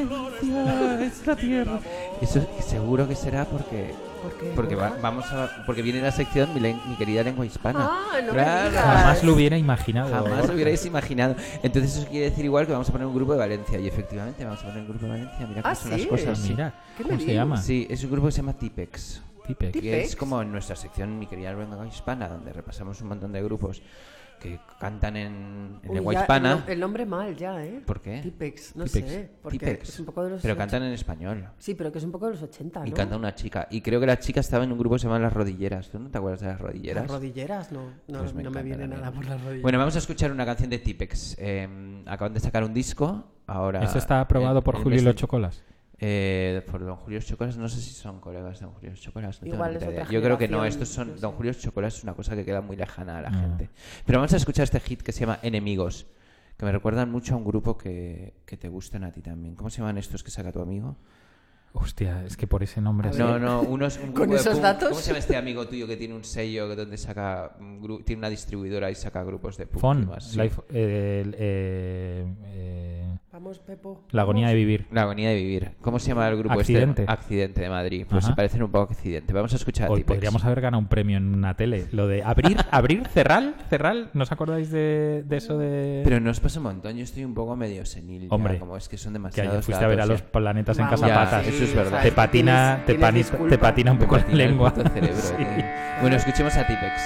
D: Valencia, es la tierra. Eso seguro que será porque.
E: ¿Por qué?
D: Porque va- vamos a, porque viene la sección mi, len- mi querida lengua hispana.
E: Ah, no me
D: Claro.
E: digas.
F: Jamás lo hubiera imaginado.
D: Jamás
F: Borja.
D: lo hubierais imaginado. Entonces eso quiere decir igual que vamos a poner un grupo de Valencia. Y efectivamente vamos a poner un grupo de Valencia. Mira cómo
E: Ah,
D: son
E: ¿sí?
D: las cosas. sí.
F: Mira,
E: ¿Qué
F: ¿cómo
E: me
F: se
E: dices?
F: llama?
D: Sí, es un grupo que se llama Tipex.
F: Tipex.
D: Que es
E: Tipex.
D: como en nuestra sección Mi querida lengua hispana, donde repasamos un montón de grupos que cantan en, en
E: Uy,
D: lengua
E: ya,
D: hispana.
E: El, nom- el nombre mal ya, ¿eh?
D: ¿Por qué?
E: Tipex, no
F: Tipex.
E: sé. Porque
D: Tipex.
E: es un poco de los
D: Pero
E: och-
D: cantan en español.
E: Sí, pero que es un poco de los 80, ¿no?
D: Y canta una chica. Y creo que la chica estaba en un grupo que se llama Las Rodilleras. ¿Tú no te acuerdas de Las Rodilleras?
E: Las rodilleras, no. No,
D: Pues
E: no me
D: encanta
E: viene
D: también.
E: nada por las rodilleras.
D: Bueno, vamos a escuchar una canción de Tipex. Eh, acaban de sacar un disco. Ahora.
F: Eso está aprobado
D: en-
F: por
D: en este
F: Julio y
D: vez-
F: los Chocolas.
D: Eh, por Don Julio Chocolas, no sé si son colegas de Don Julio Chocolas. No tengo
E: Igual
D: ni
E: es
D: puta
E: otra
D: idea. Yo creo que no,
E: generación,
D: estos son. Don Julio Chocolas es una cosa que queda muy lejana a la
F: Ah.
D: gente. Pero vamos a escuchar este hit que se llama Enemigos, que me recuerdan mucho a un grupo que, que te gustan a ti también. ¿Cómo se llaman estos que saca tu amigo?
F: Hostia, es que por ese nombre.
D: No, no, unos. un
E: ¿Con
D: grupo de
E: esos
D: punk-
E: datos?
D: ¿Cómo se llama este amigo tuyo que tiene un sello donde saca. un gru- tiene una distribuidora y saca grupos de punk? y
F: Fon.
D: demás? Sí.
F: Life- eh, el- eh, eh,
E: Vamos, Pepo.
F: la agonía de vivir.
D: La agonía de vivir. ¿Cómo se llama el grupo
F: Accidente.
D: este? Accidente de Madrid. Pues
F: Ajá.
D: se parecen un poco a accidente. Vamos a escuchar a
F: Hoy
D: Tipex.
F: podríamos haber ganado un premio en una tele. Lo de abrir, abrir, cerrar, cerrar. ¿No os acordáis de, de eso de...?
D: Pero nos pasa un montón. Yo estoy un poco medio senil. ya,
F: Hombre,
D: como es que son
F: que
D: demasiados.
F: ayer fuiste a ver a
D: datos,
F: los planetas en
E: Vamos,
D: ya.
F: cazapatas.
D: Ya, eso es
E: Sí,
D: verdad.
F: Te
E: sabes,
F: patina,
E: tienes-
F: te,
E: tienes
F: pani-
E: disculpa.
F: te patina un poco la
D: Tiene el
F: lengua.
D: puto cerebro,
F: Sí.
D: eh. Bueno, escuchemos a Tipex.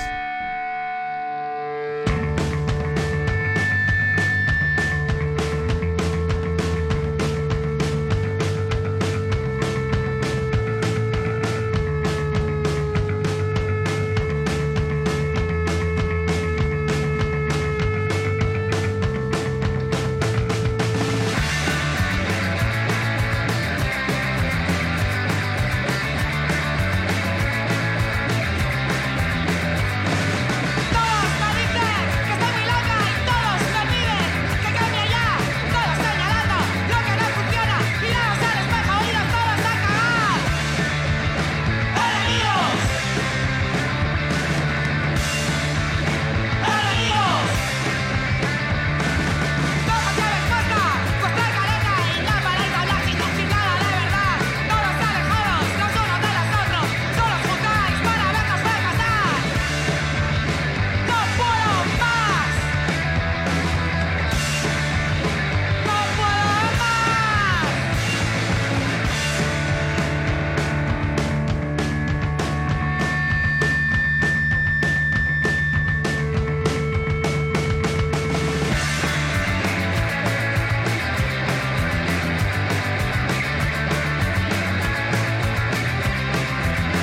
G: Todos me dicen que estoy muy loca y todos me piden que cambie ya. Todos señalando lo que no funciona. Mirados al espejo, oídos todos a cagar. ¡Enemigos! ¡Enemigos! Todos se respuesta, vuestra careta y pues la pared habla sin decir nada de verdad. Todos alejados los unos de los otros. Solo os juntáis para vernos fracasar. ¡No puedo más! ¡No puedo más!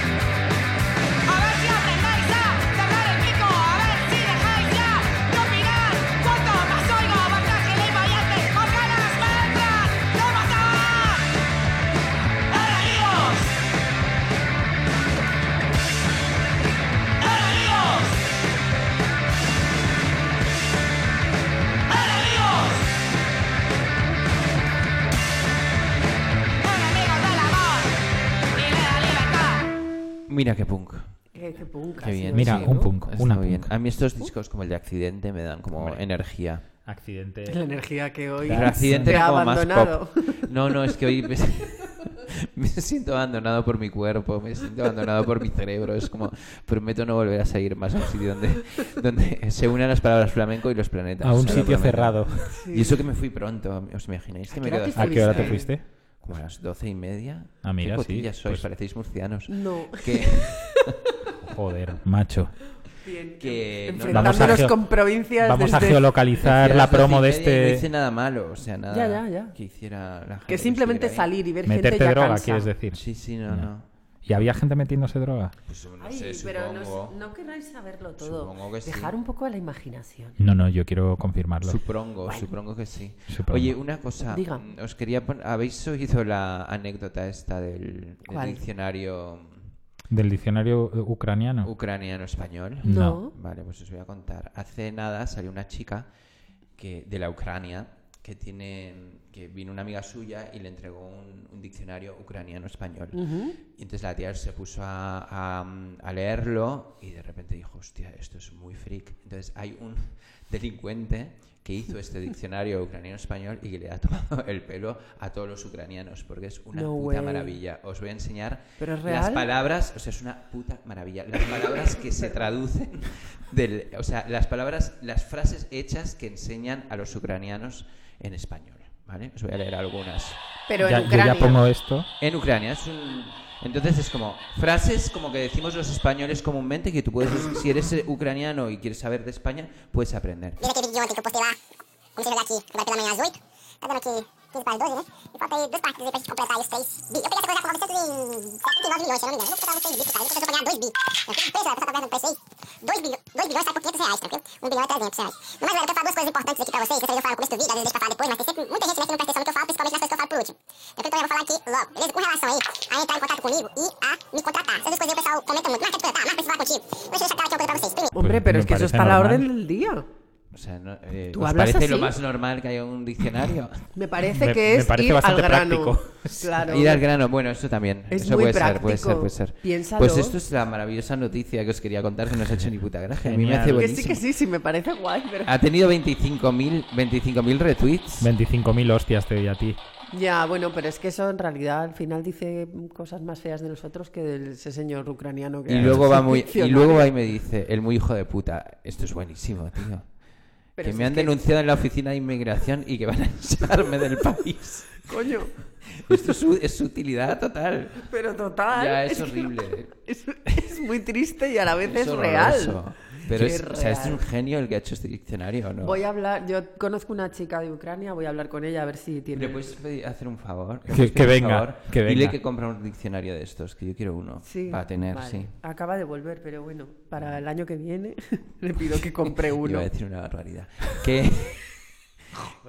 G: A ver si aprendéis a cerrar el pico, a ver si dejáis ya de opinar. Cuanto más oigo, más ágil y valiente, más ganas me entran de matar. ¡Enemigos! ¡Enemigos! ¡Enemigos! Enemigos del amor y de la libertad.
D: Mira qué punk.
E: Qué, qué punk,
D: Qué
E: ha sido
D: bien.
F: Mira,
E: ese,
F: un
E: ¿no?
F: punk,
D: Está
F: una
D: muy bien.
F: punk.
D: A mí estos discos como el de Accidente me dan como
F: Hombre.
D: energía.
F: Accidente.
E: La energía que hoy
D: Pero accidente
E: te
D: es
E: ha
D: como más
E: abandonado.
D: pop. No, no, es que hoy me, me siento abandonado por mi cuerpo, me siento abandonado por mi cerebro. Es como, prometo no volver a salir más a un sitio donde, donde se unan las palabras flamenco y los planetas.
F: A un
D: Lo
F: sitio
D: prometo.
F: cerrado.
D: Y eso que me fui pronto, ¿os imagináis que
E: ¿A
D: me
E: qué hora
D: quedo
E: te
D: hasta-
F: ¿A qué hora te
E: Fuiste.
F: fuiste?
D: como a las doce y media?
F: Ah, mira,
D: Qué cotillas
F: sí,
D: sois,
F: pues-
D: parecéis murcianos.
E: No.
D: Que,
F: Joder, macho.
E: Bien.
D: que no-
E: Enfrentándonos
F: Vamos a geo-
E: con provincias
F: Vamos a
E: desde-
F: geolocalizar
D: Hacía
F: la
D: las
F: promo de
D: doce y media y No
F: este.
D: hice nada malo, o sea, nada
E: Ya, ya, ya.
D: que hiciera la gente.
E: Que simplemente
D: estuviera ahí.
E: salir y ver gente
F: Meterte
E: ya
F: droga,
E: cansa.
F: quieres decir.
D: Sí, sí, no,
F: Ya.
D: no.
F: ¿Y había gente metiéndose droga?
D: Pues no
E: Ay,
D: sé,
E: pero no,
D: supongo.
E: no querráis saberlo todo.
D: Supongo que sí.
E: Dejar un poco a la imaginación.
F: No, no, yo quiero confirmarlo.
D: Suprongo, suprongo que sí.
F: Supongo.
D: Oye, una cosa.
E: Diga.
D: mm, Os quería pon- ¿Habéis oído la anécdota esta del, del
E: ¿Cuál?
D: diccionario
F: ¿Del diccionario eh, ucraniano?
D: ucraniano-español?
F: No.
D: Vale, pues os voy a contar. Hace nada salió una chica que, de la Ucrania que tiene que vino una amiga suya y le entregó un, un diccionario ucraniano-español. Y entonces la tía se puso a, a, mm, a leerlo y de repente dijo, hostia, esto es muy freak. Entonces hay un delincuente que hizo este diccionario ucraniano-español y que le ha tomado el pelo a todos los ucranianos porque es una
E: No
D: puta
E: way.
D: maravilla. Os voy a enseñar
E: ¿Pero es
D: las
E: real?
D: palabras, o sea, es una puta maravilla. Las palabras que se traducen, del, o sea, las palabras, las frases hechas que enseñan a los ucranianos en español. ¿Vale? Os voy a leer algunas.
E: Pero
F: Ya-
E: en
F: yo
E: Ucrania.
F: ya pongo esto.
D: En Ucrania es un... Entonces es como frases como que decimos los españoles comúnmente que tú puedes, si eres eh, ucraniano y quieres saber de España, puedes aprender.
I: великий регион, ты пропустила. Он же лаки, говорила моя зойк. Тогда ночи, ты спать должен, и потом ты спать, ты запасишь комплета, если стоишь. Би, я пока такой захвал, все ты, ты должен лёсер, ну, да, ну, потому что и би, потому что понятно, дождь би. Прежде, я просто обязан пресей. Дождь би, дождь би, лёсер, покрепко сей айс, так, он би, лёсер, не псай. Ну, мы говорим, это фабус, козы, пахтан, цветы, правосей, которые фабус, ты видишь, здесь попадает, поймать, если мы тащим, если мы тащим, то фабус, конечно, что фабус получим. Так, então eu vou falar aqui logo, beleza? Com relação aí, a entrar em contato comigo e a me contratar. Essas duas coisas o pessoal comenta muito, marca de contratar, marca de falar contigo. Deixa eu deixar claro aqui uma coisa pra vocês. Primeiro,
E: Hombre,
F: Pues
E: pero
F: me
E: es que eso
F: parece
E: está a la
F: normal.
E: orden del día.
D: O sea, no, eh,
E: ¿Tú
D: ¿os
E: hablas
D: parece
E: así?
D: lo más normal que haya un diccionario?
E: Me parece
F: Me-
E: que
F: me
E: es
F: parece
E: ir al
F: bastante
E: grano.
F: práctico.
E: Claro.
D: Ir al grano, bueno, eso también.
E: Es
D: eso
E: muy
D: puede ser, puede ser,
E: práctico.
D: puede ser.
E: Piénsalo.
D: Pues esto es la maravillosa noticia que os quería contar que nos ha hecho ni puta gracia. A mí me
F: Genial.
D: hace
F: Que
E: Que
D: buenísimo.
E: sí, que sí, sí, me parece guay, pero...
F: Ah.
D: Ha tenido 25.000 25.000 retweets.
F: 25.000 hostias te doy a ti.
E: Ya, bueno, pero es que eso en realidad al final dice cosas más feas de nosotros que de ese señor ucraniano que...
D: Y
E: ha
D: luego
E: hecho
D: va muy y
E: diccionario.
D: luego va y me dice, el muy hijo de puta, esto es buenísimo, tío.
E: Pero
D: que
E: si
D: me
E: es
D: han
E: que-
D: denunciado en la oficina de inmigración y que van a echarme del país.
E: Coño,
D: Esto es, su- es su utilidad total.
E: pero total...
D: Ya, es
E: que
D: horrible.
E: no- Es, es muy triste y a la vez es,
D: Es horroroso.
E: real.
D: Pero
E: Qué
D: es, o sea, es
E: real.
D: un genio el que ha hecho este diccionario, ¿no?
E: Voy a hablar, yo conozco una chica de Ucrania, voy a hablar con ella a ver si tiene...
D: ¿Le puedes pedir- hacer un favor? ¿Le
F: Que-
D: puedes
F: que
D: pedir un
F: venga, que venga.
D: Dile que compra un diccionario de estos, que yo quiero uno.
E: Sí,
D: Para tener,
E: vale.
D: sí.
E: Acaba de volver, pero bueno, para el año que viene le pido que compre uno.
D: Iba a decir una barbaridad. Que.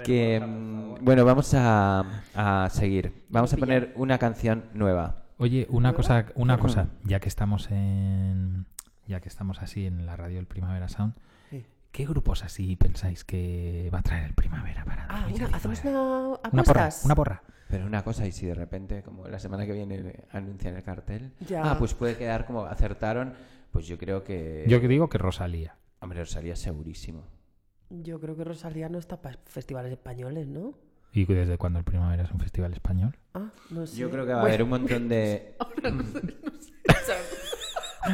D: que, mm, bueno, vamos a, a seguir. Vamos a poner una canción nueva.
F: Oye, una cosa, una cosa, ya que estamos en ya que estamos así en la radio del Primavera Sound,
E: Sí.
F: ¿qué grupos así pensáis que va a traer el Primavera para
E: Ah, una-
F: 2019?
E: hacemos una
F: Una porra,
E: apuestas.
F: una porra.
D: Pero una cosa, y si de repente, como la semana que viene eh, anuncian el cartel,
E: Ya.
D: ah, pues puede quedar como acertaron. Pues yo creo
E: Eh.
D: que.
F: Yo que digo que Rosalía.
D: Hombre, os salía segurísimo.
E: Yo creo que Rosalía no está para festivales españoles, ¿no?
F: ¿Y desde cuándo el Primavera es un festival español?
E: Ah, no sé.
D: Yo creo que va a
E: Bueno, Oh,
D: haber un montón de.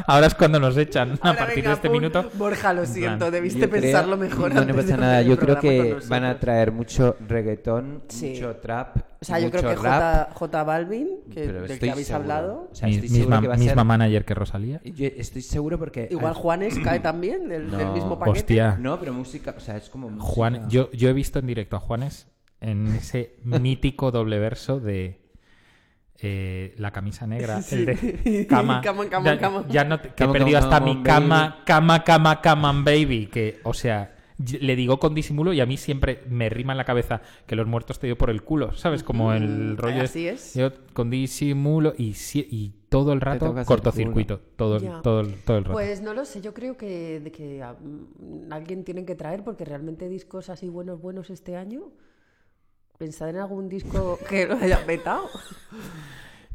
F: Ahora es cuando nos echan a
E: ahora
F: partir
E: venga,
F: de este
E: pum.
F: minuto.
E: Borja, lo
F: En plan,
E: siento, debiste
D: Yo creo-
E: pensarlo mejor.
D: No, no
E: antes de
D: pasa
E: hacer
D: nada.
E: el
D: Yo creo
E: programa con
D: que
E: nosotros.
D: van a traer mucho reggaetón,
E: Sí.
D: mucho trap.
E: O sea, yo creo
D: mucho
E: que
D: rap,
E: J, J Balvin, que,
D: pero
E: del
D: estoy
E: que habéis
D: seguro.
E: hablado.
D: O sea,
F: Mi-
D: estoy seguro
F: misma
D: que va a
F: misma
D: ser-
F: manager que Rosalía.
D: Yo estoy seguro porque.
E: Igual
D: al-
E: Juanes cae también del, del
D: No.
E: mismo paquete.
F: Hostia.
D: No, pero música, o sea, es como. música-
F: Juan, yo, yo he visto en directo a Juanes en ese mítico doble verso de eh, la camisa negra, el de cama,
E: Come on, come on,
F: ya,
E: come on.
F: ya no te- que
D: Come
F: he
D: on, come
F: perdido hasta
D: on,
F: mi
D: baby.
F: cama, cama, cama, cama, baby, que, o sea, y- le digo con disimulo y a mí siempre me rima en la cabeza que los muertos te dio por el culo, ¿sabes? Como el rollo
E: Mm, así es.
F: Yo con disimulo y, si- y todo el rato
D: tocas el
F: cortocircuito, todo, el-
E: Ya.
F: todo, el- todo el rato.
E: Pues no lo sé, yo creo que, de que ah, mm, alguien tiene que traer, porque realmente discos así buenos, buenos este año. Pensad en algún disco que lo haya petado.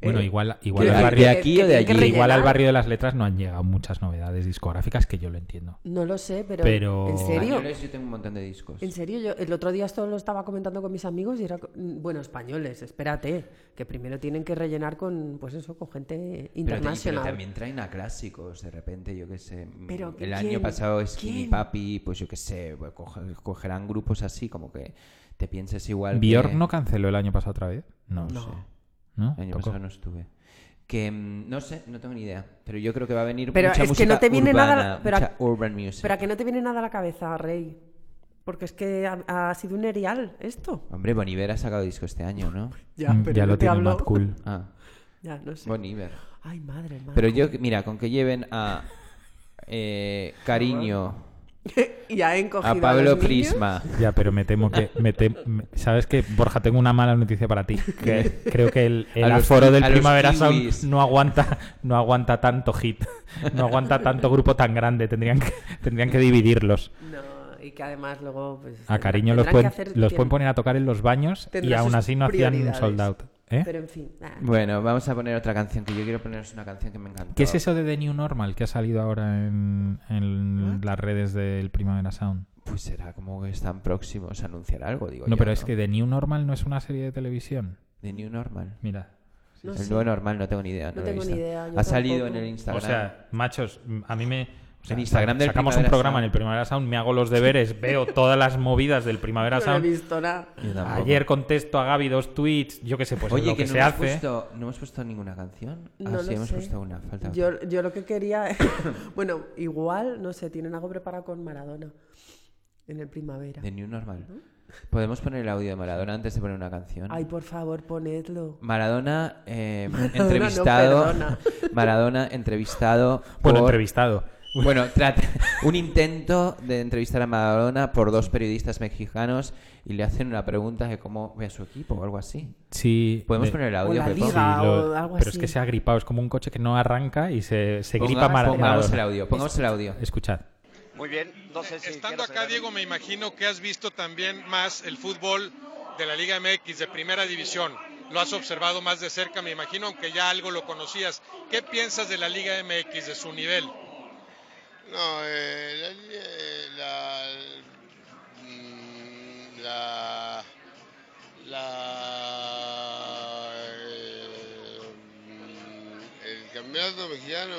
F: Bueno,
E: eh,
F: igual, igual,
D: que-
F: al
D: que-
F: barrio,
D: que- aquí o de
E: tienen que
D: allí.
F: igual al
E: rellenar.
F: barrio de las letras no han llegado muchas novedades discográficas que yo lo entiendo.
E: No lo sé, pero.
F: Pero-
E: ¿En serio?
D: Españoles, yo tengo un montón de discos.
E: En serio, yo el otro día esto lo estaba comentando con mis amigos y era, co- mm, bueno, españoles, espérate, que primero tienen que rellenar con, pues eso, con gente
D: Pero, te- pero
E: internacional.
D: también traen a clásicos, de repente, yo qué sé. mm,
E: Pero,
D: el
E: ¿quién?
D: año pasado Skinny
E: ¿Quién?
D: Papi, pues yo qué sé, pues, coge- cogerán grupos así, como que te pienses igual. que-
F: ¿Bjork no canceló el año pasado otra vez? No,
D: No
F: sé.
D: sé.
F: ¿No?
D: El año
F: Tocó.
D: pasado no estuve. Que mm, no sé, no tengo ni idea. Pero yo creo que va a venir
E: Pero
D: mucha
E: es que no
D: música
E: te viene
D: urbana,
E: nada- pero a-
D: mucha urban music.
E: Pero a que no te viene nada a la cabeza, Rey. Porque es que ha, ha sido un erial esto.
D: Hombre, Boniver ha sacado disco este año, ¿no?
F: Mm, ya
E: yo
F: lo
E: te
F: tiene
E: hablo-
F: Mad Cool.
D: Ah,
E: Ya, no sé.
D: Boniver.
E: Ay, madre, madre.
D: Pero yo, mira, con que lleven a eh, Cariño,
E: y ha encogido
D: a
E: los
D: Pablo
E: niños.
D: Prisma.
F: Ya, pero me temo que... me tem- me- ¿Sabes qué? Borja, tengo una mala noticia para ti. Que creo que el, el
D: A los
F: aforo
D: ki-
F: del
D: a los
F: Primavera
D: kiwis.
F: Sound no aguanta, no aguanta tanto hit. No aguanta tanto grupo tan grande. Tendrían que, tendrían que dividirlos.
E: No, y que además luego. Pues,
F: A
E: tendrán-
F: cariño
E: tendrán
F: los
E: que
F: pueden,
E: hacer-
F: los
E: tienen-
F: pueden poner a tocar en los baños y
E: tendrán
F: aún
E: sus
F: así no hacían un
E: prioridades.
F: sold out. ¿eh?
E: Pero en fin. ah.
D: Bueno, vamos a poner otra canción que yo quiero poneros una canción que me encantó.
F: ¿Qué es eso de The New Normal que ha salido ahora en,
D: ¿Eh?
F: en las redes del Primavera Sound?
D: Pues será como que están próximos a anunciar algo, digo
F: No,
D: yo,
F: pero es que The New Normal no es una serie de televisión.
D: The New Normal.
F: Mira.
E: No
D: el
E: sé.
D: nuevo normal no tengo ni idea. No, lo
E: No
D: he
E: tengo ni
D: visto.
E: idea, yo
D: Ha salido en
E: tampoco.
D: el
F: O
D: Instagram.
F: sea, machos, mm, a mí me... o sea,
D: En Instagram del
F: sacamos un
D: Primavera
F: programa en
D: Sound.
F: el Primavera Sound, me hago los deberes, veo todas las movidas del Primavera
E: No he
F: Sound.
E: visto nada.
D: Yo tampoco.
F: Ayer contesto a Gaby dos tweets, yo qué sé, pues
D: Oye,
F: lo
D: que,
F: que,
D: no,
F: se
D: hemos
F: hace.
D: puesto, no hemos puesto ninguna canción. Ah,
E: No lo
D: sí, hemos
E: sé.
D: puesto una. Falta otra.
E: Yo, yo lo que quería. bueno, igual, no sé, tienen algo preparado con Maradona en el primavera.
D: The New Normal. ¿Podemos poner el audio de Maradona antes de poner una canción?
E: Ay, por favor, ponedlo.
D: Pues Maradona, eh,
E: no,
D: entrevistado.
E: perdona.
D: Maradona entrevistado.
F: Bueno,
D: por-
F: entrevistado.
D: Bueno, trata- un intento de entrevistar a Maradona por dos periodistas mexicanos y le hacen una pregunta de cómo ve a su equipo o algo así.
F: Sí.
D: ¿Podemos
F: de-
D: poner el
E: o
D: audio?
E: la
D: Pepo?
E: liga. Ah,
F: Sí, lo-
E: o algo
F: pero es
E: así.
F: que se ha gripado, es como un coche que no arranca y se, se gripa
D: Ponga-
F: Mara-
D: pongamos el
F: Maradona.
D: audio, pongamos el audio.
F: Escuchad.
J: Muy bien, no sé si
K: Estando
J: quieres
K: acá,
J: agregar-
K: Diego, me imagino que has visto también más el fútbol de la Liga MX de Primera División. Lo has observado más de cerca, me imagino, aunque ya algo lo conocías. ¿Qué piensas de la Liga MX, de su nivel?
L: No, eh, la, eh, la, mm, la, la, eh, mm, el campeonato mexicano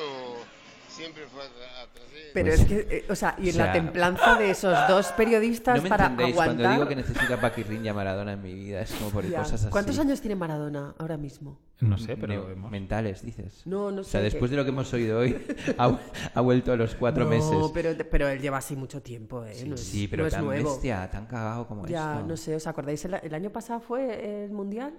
L: siempre fue atra- atrasado.
E: Pero
D: Pues-
E: es que, eh, o sea, y en
D: o sea-
E: la templanza de esos dos periodistas
D: No me
E: para
D: entendéis cuando digo
E: aguantar.
D: que necesito a Paquirrin y a Maradona en mi vida. Es como por
E: Ya.
D: cosas así.
E: ¿Cuántos años tiene Maradona ahora mismo?
F: No sé, pero
D: Ne-
F: hemos-
D: mentales, dices.
E: No, no
D: O sea,
E: sé
D: después
E: qué.
D: de lo que hemos oído hoy, ha, ha vuelto a los cuatro
E: no,
D: meses.
E: Pero, pero él lleva así mucho tiempo, ¿eh?
D: Sí,
E: no es,
D: sí, pero
E: no es
D: tan
E: nuevo.
D: bestia, tan cagado como
E: Ya,
D: esto.
E: no sé, ¿os acordáis? El, el año pasado fue el mundial.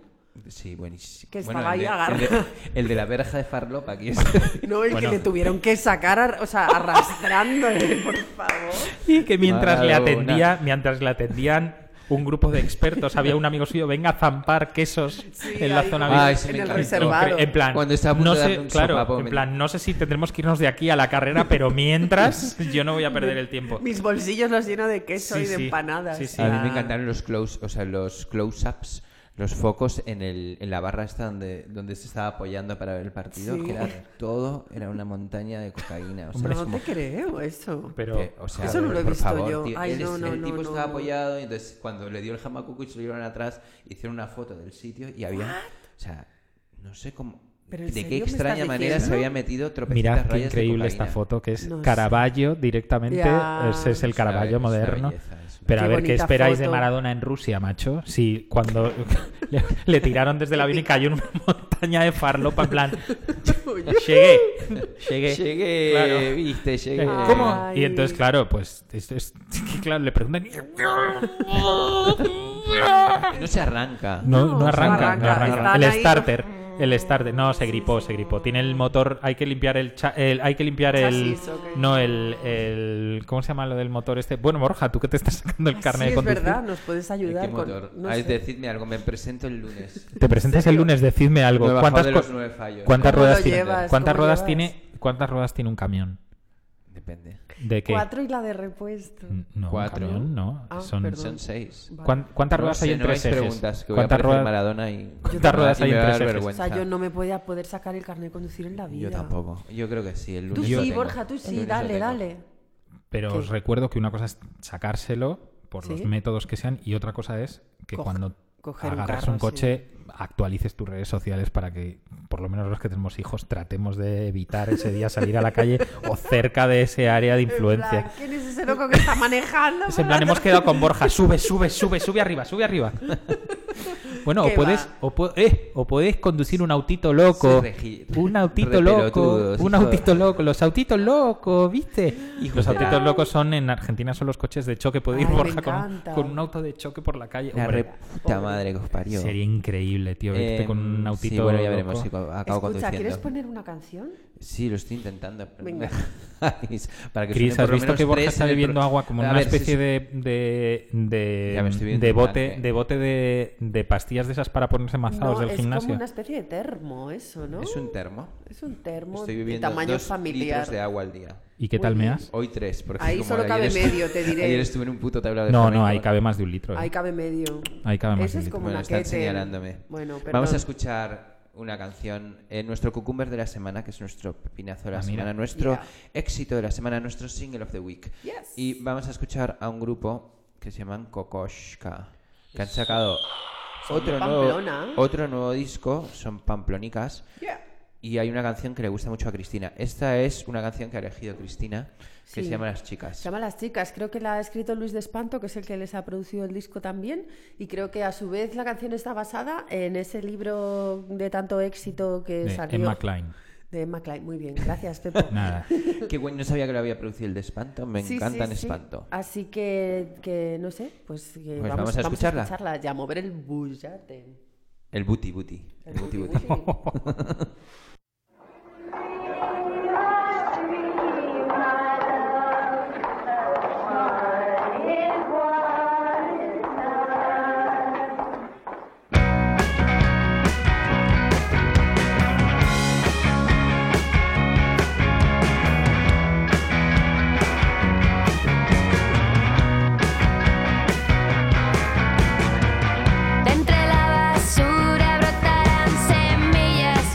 D: Sí, buenísimo.
E: Que
D: Bueno,
E: estaba
D: el
E: ahí
D: de-
E: agarrado.
D: El de, el de la verja de Farlopa, aquí es.
E: No, el
F: Bueno.
E: que le tuvieron que sacar, ar- o sea, arrastrándole, por favor.
F: Y que mientras le
D: Maradona.
F: atendía, mientras le atendían un grupo de expertos, había un amigo suyo, venga a zampar quesos en la
E: ahí
F: zona
D: como-
F: VIP".
D: Ay, sí, me
E: en el
D: encanta.
E: reservado.
F: En plan,
D: Cuando estaba a punto
F: no
D: de
F: sé,
D: darle un
F: claro,
D: sopapo,
F: en
D: me-
F: plan, no sé si tendremos que irnos de aquí a la carrera, pero mientras yo no voy a perder el tiempo.
E: Mis bolsillos los lleno de queso
F: Sí,
E: y de
F: sí.
E: empanadas.
F: Sí, sí.
D: A mí me
E: Ah.
D: encantaron los close, o sea, los close-ups, los focos en, el, en la barra esta donde, donde se estaba apoyando para ver el partido,
E: Sí.
D: que era todo, era una montaña de cocaína. O sea,
E: Pero
D: es
E: no
D: como,
E: te creo eso.
F: Pero,
D: que, o sea,
E: Eso no lo he
D: por
E: visto
D: favor,
E: yo.
D: tío,
E: Ay,
D: el,
E: no, no,
D: el
E: no,
D: tipo
E: no,
D: estaba
E: no.
D: apoyado y entonces cuando le dio el hamacuco y se lo llevaron atrás, hicieron una foto del sitio y había, o sea, no sé cómo,
E: ¿Pero en
D: de
E: serio
D: qué
E: me estás
D: extraña manera se
E: diciendo?
D: había metido tropecitas
F: Mirad qué
D: rayas de
F: increíble esta
D: cocaína.
F: foto, que es
E: No sé.
F: Caravaggio directamente,
E: Ya.
F: ese es el
D: Es una
F: Caravaggio
D: be- es una
F: moderno.
D: belleza, es una
F: Pero a
E: Qué
F: ver, ¿qué
E: bonita
F: esperáis de
E: foto.
F: Maradona en Rusia, macho? Si cuando le, le tiraron desde la avión y cayó en una montaña de farlopa, en plan, llegué, llegué.
D: Llegué,
F: Claro.
D: viste, llegué.
F: Eh, ¿Cómo?
E: Ay.
F: Y entonces, claro, pues, esto es, que, claro, le preguntan...
D: No se arranca.
F: No, no,
E: no
F: arranca,
E: arranca,
F: no arranca.
E: están
F: El
E: ahí. Mm.
F: starter, el starter, no, se gripó, se gripó. Tiene el motor, hay que limpiar el, cha- el- hay que limpiar el,
E: Chasis, ok.
F: no el, el, ¿cómo se llama lo del motor este? Bueno, Borja, tú que te estás sacando el carnet
E: Ah, sí,
F: de
E: es
F: conducir.
E: verdad, nos puedes ayudar
D: ¿Qué
E: con...
D: motor?
E: no
D: Ah, es
E: sé.
D: decidme algo, me presento el lunes.
F: Te presentas el lunes, decidme
D: No he
F: algo.
D: bajado
F: ¿Cuántas,
D: de los
F: co-
D: nueve fallos.
F: cuántas
E: ¿Cómo lo
F: ruedas tiene?
E: llevas?
F: ¿Cuántas
E: ¿Cómo lo
F: ruedas
E: llevas?
F: tiene? ¿Cuántas ruedas tiene un camión?
D: depende.
F: ¿De qué?
E: Cuatro y la de repuesto.
D: Mm.
F: No,
D: Cuatro.
F: cabrón, no.
E: Ah,
F: son,
E: perdón.
D: Son seis.
E: Vale.
F: ¿Cuán- ¿Cuántas
D: No
F: ruedas
D: sé,
F: hay en
D: no
F: tres
D: hagáis
F: ejes?
D: preguntas, que voy a
F: ¿Cuántas
D: aparecer
F: ruedas,
D: Maradona y-
F: ¿Cuántas ruedas
D: y
F: hay
D: me
F: en
D: va a
F: tres
D: dar
F: ejes?
E: O
D: vergüenza.
E: sea, yo no me podía poder sacar el carnet de conducir en la vida.
D: Yo tampoco. Yo creo que sí. El
E: Tú
D: lunes lo
E: sí,
D: tengo.
E: Borja, tú
D: El
E: sí,
D: lunes lo
E: dale,
D: tengo.
E: dale.
F: Pero os recuerdo que una cosa es sacárselo por los
E: Sí.
F: métodos que sean y otra cosa es que
E: Coge-
F: cuando
E: coger un
F: agarras
E: carro,
F: un, coche actualices tus redes sociales para que por lo menos los que tenemos hijos tratemos de evitar ese día salir a la calle o cerca de ese área de
E: En
F: influencia.
E: plan, ¿Quién es ese loco que está manejando?
F: Es en plan, hemos quedado con Borja, sube, sube, sube, sube arriba, sube arriba. Bueno, o
E: ¿Qué
F: puedes, o, pu- eh, o puedes conducir un autito loco.
D: Sí, regi-
F: Un autito loco.
D: repelotudos,
F: Un
D: hijo.
F: autito loco. Los autitos locos, ¿viste?
D: Hijos
F: los
D: de la-
F: autitos locos son en Argentina son los coches de choque. Puede ir
E: Ay, me
F: Borja con,
E: encanta.
F: con un auto de choque por la calle.
D: La
F: Hombre,
D: re puta madre que os parió.
F: sería increíble, tío, irte
D: Eh,
F: con un autito
D: Sí, bueno, ya
F: loco.
D: veremos si co- acabo
E: Escucha, ¿quieres
D: conduciendo.
E: poner una canción?
D: Sí, lo estoy intentando. pero
E: Venga.
D: Para que suene por
F: Cris, ¿has
D: lo
F: visto
D: menos
F: que Borja
D: tres
F: está
D: en el pro-
F: bebiendo agua como
D: A
F: una
D: ver, sí,
F: especie
D: sí.
F: de de,
D: Ya me estoy
F: de,
D: viendo
F: de
D: mal, eh.
F: bote,
D: que-
F: de bote de, de pastillas de esas para ponerse mazados
E: No,
F: Ah, del
E: es
F: gimnasio?
E: como una especie de termo eso, ¿no?
D: Es un termo.
E: Es un termo
D: Estoy
E: de
D: bebiendo
E: tamaño
D: dos
E: familiar.
D: litros de agua al día.
F: ¿Y qué tal
E: Muy bien.
F: meas?
D: Hoy tres, porque
E: Ahí
D: como
E: solo
D: ayer
E: cabe
D: estu-
E: medio, te diré.
D: Ayer estuve en un puto tablado de
F: No,
D: flamenco.
F: no, ahí cabe más de un litro. eh.
E: Ahí cabe medio.
F: Ahí cabe más
E: Eso
F: de un
E: es
F: litro.
E: como
D: Bueno,
E: una
D: están
E: kettle.
D: señalándome.
E: Bueno, perdón.
D: Vamos a escuchar una canción, eh, nuestro cucumber de la semana, que es nuestro pepinazo de la
F: Ah, mira.
D: semana, nuestro
E: Yeah.
D: éxito de la semana, nuestro single of the week.
E: Yes.
D: Y vamos a escuchar a un grupo que se llaman Kokoshka, que han sacado
E: Son de
D: otro nuevo,
E: Pamplona.
D: otro nuevo disco, son pamplonicas,
E: Yeah.
D: y hay una canción que le gusta mucho a Cristina. Esta es una canción que ha elegido Cristina, que
E: Sí.
D: se llama Las Chicas.
E: Se llama Las Chicas, creo que la ha escrito Luis de Espanto, que es el que les ha producido el disco también, y creo que a su vez la canción está basada en ese libro de tanto éxito que
F: De
E: salió.
F: Emma Klein.
E: De Emma Klein, muy bien, gracias Pepo.
F: Nada.
D: Qué bueno, no sabía que lo había producido el de Espanto, me
E: Sí,
D: encantan
E: sí, sí.
D: Espanto.
E: Así que, que, no sé, pues, que
D: Pues vamos a escucharla.
E: y a mover el bullate.
D: El Buti Buti. El Buti Buti.
H: De entre la basura brotarán semillas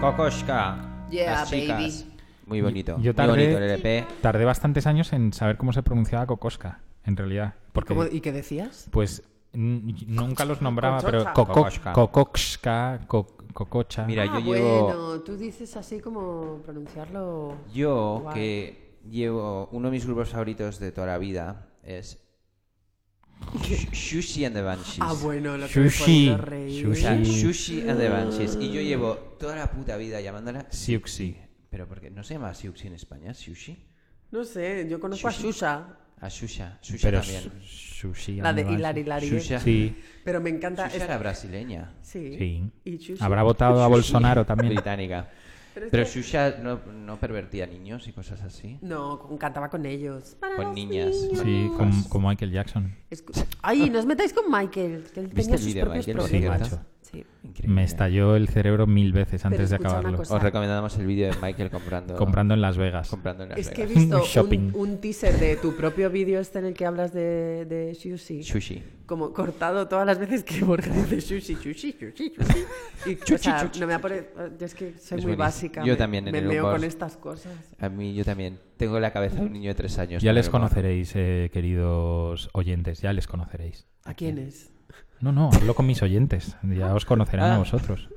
I: Ah,
D: Yokoshka.
E: Yeah,
D: las chicas.
E: baby.
D: Muy bonito. Muy
F: Yo tardé,
D: bonito el E LP.
F: tardé bastantes años en saber cómo se pronunciaba Kokoska, en realidad. Porque,
E: ¿Cómo- ¿Y qué decías?
F: Pues n- nunca los nombraba, pero
D: Kokoschka.
F: Kokok- Kokoschka, Kok- Kokocha.
D: Mira,
E: Ah,
D: yo llevo.
E: bueno, tú dices así como pronunciarlo...
D: Yo
E: guay.
D: que llevo. Uno de mis grupos favoritos de toda la vida es. Sh- Shushi and the Banshees.
E: Ah, bueno, lo que me he
F: Sushi.
E: podido reír.
D: O sea,
F: Sushi.
D: Sushi and the Banshees. Y yo llevo toda la puta vida llamándola
F: Siuxi.
D: Pero porque no se llama Siuxi en España, Sushi.
E: No sé, yo conozco
D: Sushi.
E: a Shusha,
D: A Shusha. Shusha
F: Pero
D: también.
F: su- sushi.
E: la de
F: además.
E: Hilari Hilari. ¿eh?
D: Shusha.
F: Sí,
E: Pero me encanta...
D: Shusha
E: esta-
D: era brasileña.
E: Sí.
F: sí.
E: Y Shusha.
F: Habrá votado a Bolsonaro también.
D: Británica.
E: Pero
D: Pero,
E: es que-
D: Shusha no, no pervertía niños y cosas así.
E: No, con- cantaba con ellos. Para
D: Con
E: los
D: niñas.
E: niños.
F: Sí, con, con Michael Jackson.
E: Escu- Ay, no os metáis con Michael, que él tenía
D: el
E: sus
D: vídeo de
E: propios
D: Michael? Sí,
E: problemas.
D: macho.
E: Sí.
D: Increíble.
F: Me estalló el cerebro mil veces antes de
E: escucha una
F: acabarlo.
E: cosa.
D: Os recomendamos el vídeo de Michael comprando.
F: Comprando en Las Vegas.
D: comprando en Las
E: Es que he
D: Vegas.
E: visto
F: Un shopping.
E: un, un teaser de tu propio vídeo este en el que hablas de, de sushi.
D: Sushi.
E: Como cortado todas las veces que Borja dice sushi, sushi, sushi, sushi. Y, o sea, no me apare... Yo es que soy
D: Es
E: muy
D: buenísimo.
E: básica.
D: Yo
E: me-
D: también en
E: Me
D: el
E: meo
D: humor.
E: con estas cosas.
D: A mí yo también. Tengo en la cabeza de un niño de tres años.
F: Ya
D: con
F: les
D: el humor.
F: conoceréis, eh, queridos oyentes, ya les conoceréis.
E: ¿A quiénes?
F: No, no, hablo con mis oyentes, ya os conocerán
D: Ah.
F: a vosotros.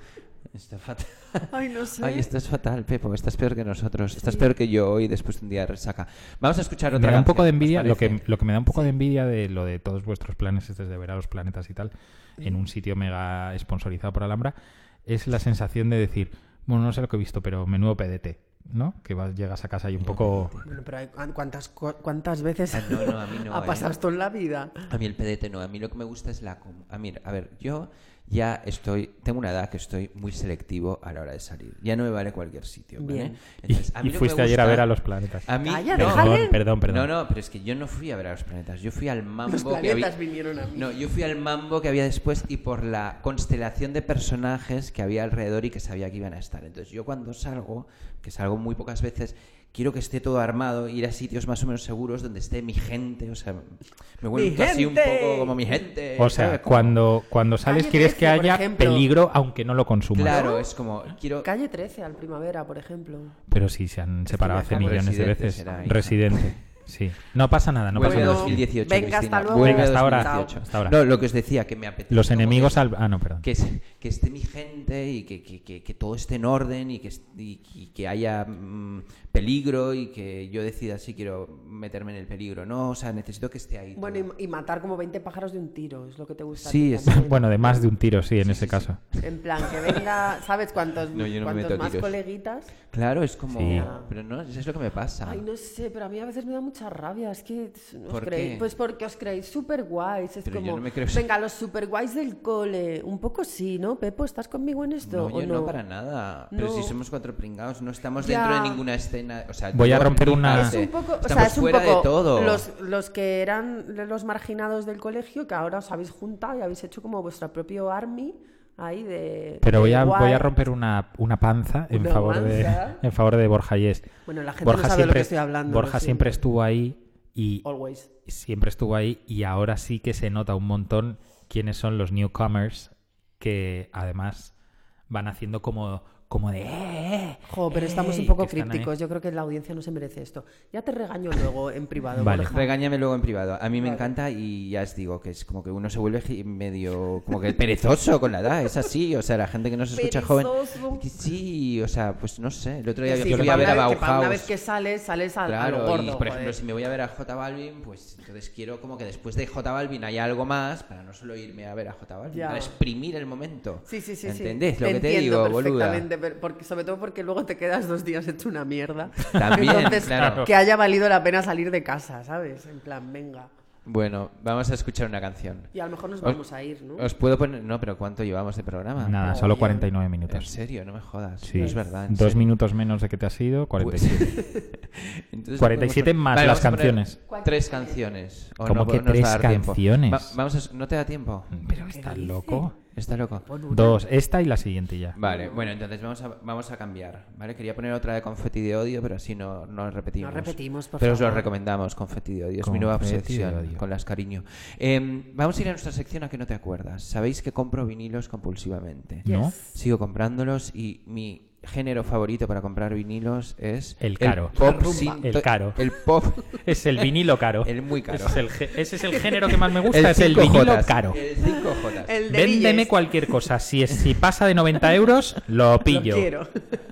D: Está fatal.
E: Ay, no sé.
D: Ay, este- estás fatal, Pepo. Estás peor que nosotros. Estás peor que yo hoy después de un día de resaca. Vamos a escuchar
F: Me
D: otra
F: da un poco de
D: canción, ¿os
F: envidia, lo
D: parece?
F: que, lo que me da un poco de envidia de lo de todos vuestros planes estos de ver a los planetas y tal, en un sitio mega sponsorizado por Alhambra, es la sensación de decir, bueno, no sé lo que he visto, pero menudo PDT, ¿no? Que vas, llegas a casa y un poco...
E: Bueno, pero hay- ¿cuántas, cu- cuántas veces
D: Ah, no, no, a mí no,
E: ha
D: eh.
E: pasado esto en la vida?
D: A mí el PDT no, a mí lo que me gusta es la... com- A mí, a ver, yo ya estoy... Tengo una edad que estoy muy selectivo a la hora de salir. Ya no me vale cualquier sitio, ¿vale?
E: Bien.
F: Y,
D: Entonces, a mí lo
F: y
D: que me
F: fuiste ayer a
D: gusta-
F: ver a los planetas.
D: A mí,
E: Calla,
D: no,
E: déjale.
F: Perdón, perdón, perdón.
D: no, no, pero es que yo no fui a ver a los planetas. Yo fui al mambo
E: Los
D: que había...
E: planetas vinieron a mí.
D: No, yo fui al mambo que había después y por la constelación de personajes que había alrededor y que sabía que iban a estar. Entonces yo cuando salgo, que salgo muy pocas veces, quiero que esté todo armado, ir a sitios más o menos seguros donde esté mi gente, o sea, me vuelvo así un
E: gente!
D: poco como mi gente.
F: O
D: ¿sabes?
F: sea,
D: Como-
F: cuando, cuando sales
E: Calle
F: quieres que
E: 13, por
F: haya
E: ejemplo.
F: peligro aunque no lo consumas.
D: Claro, es como, quiero...
E: Calle 13 al primavera, por ejemplo.
F: Pero sí, se han separado
E: ya
F: hace
E: acabo.
F: millones de
D: Residente
F: veces.
D: será, hija.
F: Residente, sí. No pasa nada, no
D: Vuelve
F: pasa
E: Bueno,
F: nada.
D: 2018,
E: venga,
D: Cristina,
E: hasta luego.
D: vuelve
F: Venga, hasta ahora.
D: 2018.
F: Hasta ahora.
D: No, lo que os decía, que me apetece.
F: Los
D: como
F: enemigos
D: que-
F: al... Ah, no, perdón.
D: que, es- que esté mi gente y que, que- que- que todo esté en orden y que, est- y- y que haya mm, peligro y que yo decida si quiero meterme en el peligro. No, o sea, necesito que esté ahí. todo.
E: Bueno, y, y matar como 20 pájaros de un tiro, es lo que te gusta. a
D: Sí,
E: ti
D: es-
E: también.
F: Bueno, de más de un tiro, sí, en ese caso.
E: En plan, que venga, ¿sabes cuántos,
D: No, yo no me
E: cuantos
D: meto
E: más
D: tiros.
E: coleguitas?
D: Claro, es como...
F: Sí.
D: Pero no, eso es lo que me pasa.
E: Ay, no sé, pero a mí a veces me da mucha rabia. Es que os
D: Ah. ¿Por
E: creéis,
D: qué?
E: pues porque os creéis súper guays. Es
D: Pero yo
E: como,
D: no me creo-
E: venga, los súper guays del cole. Un poco sí, ¿no, Pepo? ¿Estás conmigo en esto?
D: No,
E: o
D: yo no? para nada. Pero
E: No.
D: si somos cuatro pringados, no estamos
E: Ya.
D: dentro de ninguna escena. O sea,
F: Voy a
D: yo,
F: romper
D: mi
F: una-
E: Es
D: parte,
E: un poco, o sea,
D: estamos
E: es un
D: pues fuera
E: poco
D: de todo.
E: Los, los que eran los marginados del colegio que ahora os habéis juntado y habéis hecho como vuestro propio army ahí de.
F: Pero
E: de
F: voy a,
E: guay.
F: voy a romper una, una panza en
E: Una
F: favor
E: panza.
F: de en favor de Borja Yes.
E: Bueno, la gente no sabe de lo que estoy hablando,
F: Borja
E: lo
F: siempre
E: siento.
F: estuvo ahí y
E: Always.
F: siempre estuvo ahí y ahora sí que se nota un montón quiénes son los newcomers que además van haciendo como como de eh, eh,
E: Jo, pero estamos
F: ey,
E: un poco
F: que están ahí.
E: crípticos. Yo creo que la audiencia no se merece esto. Ya te regaño luego en privado.
F: Vale.
E: Borja.
D: Regáñame luego en privado. A mí me encanta y ya os digo que es como que uno se vuelve gi- medio como que perezoso con la edad, es así, o sea, la gente que no se escucha joven.
E: Perezoso.
D: que Sí, o sea, pues no sé, el otro día
E: Que sí,
D: yo
E: que
D: fui a
E: para
D: ver a
E: una vez- que para Una vez
D: Bauhaus.
E: que sales, sales a, a
D: Claro,
E: lo gordo.
D: y por
E: joder.
D: ejemplo, si me voy a ver a J Balvin, pues entonces quiero como que después de J Balvin haya algo más para no solo irme a ver a J Balvin,
E: Ya.
D: para exprimir el momento.
E: Sí, sí, sí. sí.
D: ¿Entendés lo que te
E: entiendo
D: digo, boluda?
E: perfectamente, pero- porque, sobre todo porque luego te quedas dos días hecho una mierda.
D: También,
E: Entonces,
D: claro.
E: que haya valido la pena salir de casa, ¿sabes? En plan, venga.
D: Bueno, vamos a escuchar una canción.
E: Y a lo mejor nos
D: Os-
E: vamos a ir, ¿no?
D: Os puedo poner, no, pero ¿cuánto llevamos de programa?
F: Nada,
E: Ah,
F: solo
E: bien.
F: 49
D: En
F: minutos.
D: serio, no me jodas.
F: Sí.
D: No es verdad. en
F: Dos
D: serio. Pues
F: minutos menos de que te has ido, 47.
D: Entonces,
F: 47
D: vamos a-
F: más las
D: vamos a poner
F: canciones.
D: Tres canciones. O
F: ¿Cómo
D: no,
F: que
D: no nos va a
F: tres
D: dar tiempo.
F: canciones? Mm.
D: Va- vamos a- ¿No te da tiempo?
F: Pero está loco.
D: Está loco.
F: Dos, esta y la siguiente ya.
D: Vale, bueno, entonces vamos a, vamos a cambiar. ¿vale? Quería poner otra de confeti de odio, pero así no, no repetimos.
E: No repetimos, por
D: Pero os lo
E: favor.
D: recomendamos, confeti de odio. Es mi nueva
F: Confeti de
D: obsesión
F: odio.
D: con las cariño. Em, vamos a ir a nuestra sección a que no te acuerdas. Sabéis que compro vinilos compulsivamente.
F: ¿No?
D: Sigo comprándolos y mi género favorito para comprar vinilos es
F: El caro.
D: pop
F: Rumba.
D: sin-
F: El caro.
D: El pop
F: Es el vinilo caro.
D: El muy caro.
F: Ese es el gé- ese es el género que más me gusta, es el vinilo caro.
D: El 5J.
E: El de
F: Véndeme
E: Villes.
F: cualquier cosa. Si, es- si pasa de 90 euros, lo pillo.
E: Lo quiero.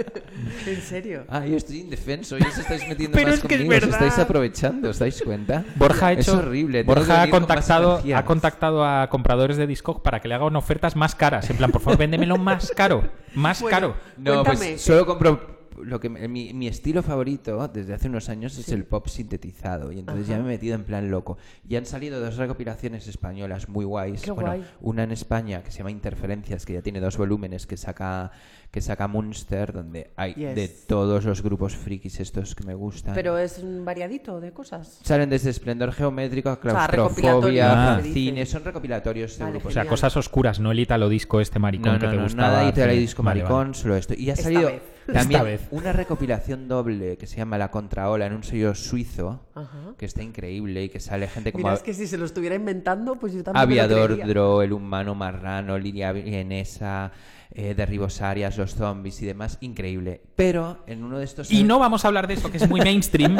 E: en serio.
D: Ah, yo estoy indefenso y os estáis metiendo
E: Pero
D: más
E: es que es
D: conmigo, os
E: verdad.
D: estáis aprovechando, ¿os dais cuenta?
F: Borja ha hecho-
D: Es horrible. tengo que
F: Borja ha
D: venir con más
F: contactado,
D: energía.
F: ha contactado a compradores de Discog para que le hagan ofertas más caras. En plan, por favor, véndemelo más caro. Más caro.
D: No, pues solo compro lo que mi, mi estilo favorito desde hace unos años es el pop sintetizado y entonces
F: Ajá.
D: ya me he metido en plan loco y han salido dos recopilaciones españolas muy guays
E: Qué
D: bueno
E: guay.
D: una en España que se llama Interferencias que ya tiene dos volúmenes que saca que saca Munster donde hay
E: Yes.
D: de todos los grupos frikis estos que me gustan
E: Pero es un variadito de cosas.
D: Salen desde esplendor geométrico a
E: recopilatorio,
D: claustrofobia,
F: Ah.
D: fanzines, cine, son recopilatorios de
E: Vale,
D: grupos.
F: O sea, cosas oscuras, no el italo disco este maricón
D: No,
F: que
D: no,
F: te
D: no,
F: gustaba.
D: nada de
F: hace-
D: disco
F: Vale,
D: maricón,
F: vale.
D: solo esto. Y ha
E: Esta
D: salido
E: vez.
D: también
F: Esta vez.
D: una recopilación doble que se llama La Contraola en un sello suizo,
E: Ajá.
D: que está increíble y que sale gente como
E: Mira, es que si se lo estuviera inventando, pues yo también.
D: Aviador Dro, El Humano Marrano, Lidia Vienesa, eh, Derribos Arias, Los Zombies y demás. Increíble. Pero en uno de estos...
F: Y no vamos a hablar de eso, que es muy mainstream.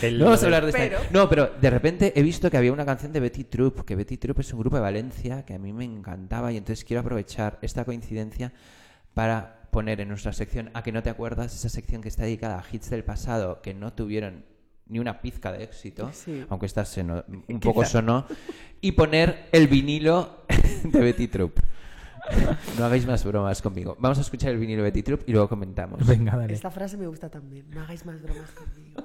F: El-
D: No vamos a hablar de esta-
E: Pero-
D: No, pero de repente he visto que había una canción de Betty Troop, que Betty Troop es un grupo de Valencia que a mí me encantaba y entonces quiero aprovechar esta coincidencia para poner en nuestra sección, a que no te acuerdas, esa sección que está dedicada a hits del pasado que no tuvieron ni una pizca de éxito,
E: Sí.
D: aunque esta se no- un poco
E: Quizá.
D: sonó, y poner el vinilo de Betty Troop. No hagáis más bromas conmigo. Vamos a escuchar el vinilo de Betty Troop y luego comentamos.
F: Venga, dale.
E: Esta frase me gusta también. No hagáis más bromas conmigo.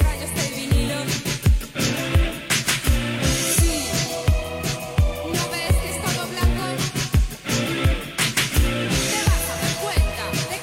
G: Rayos del vinilo. Sí, ¿no ves que es todo blanco? Te vas a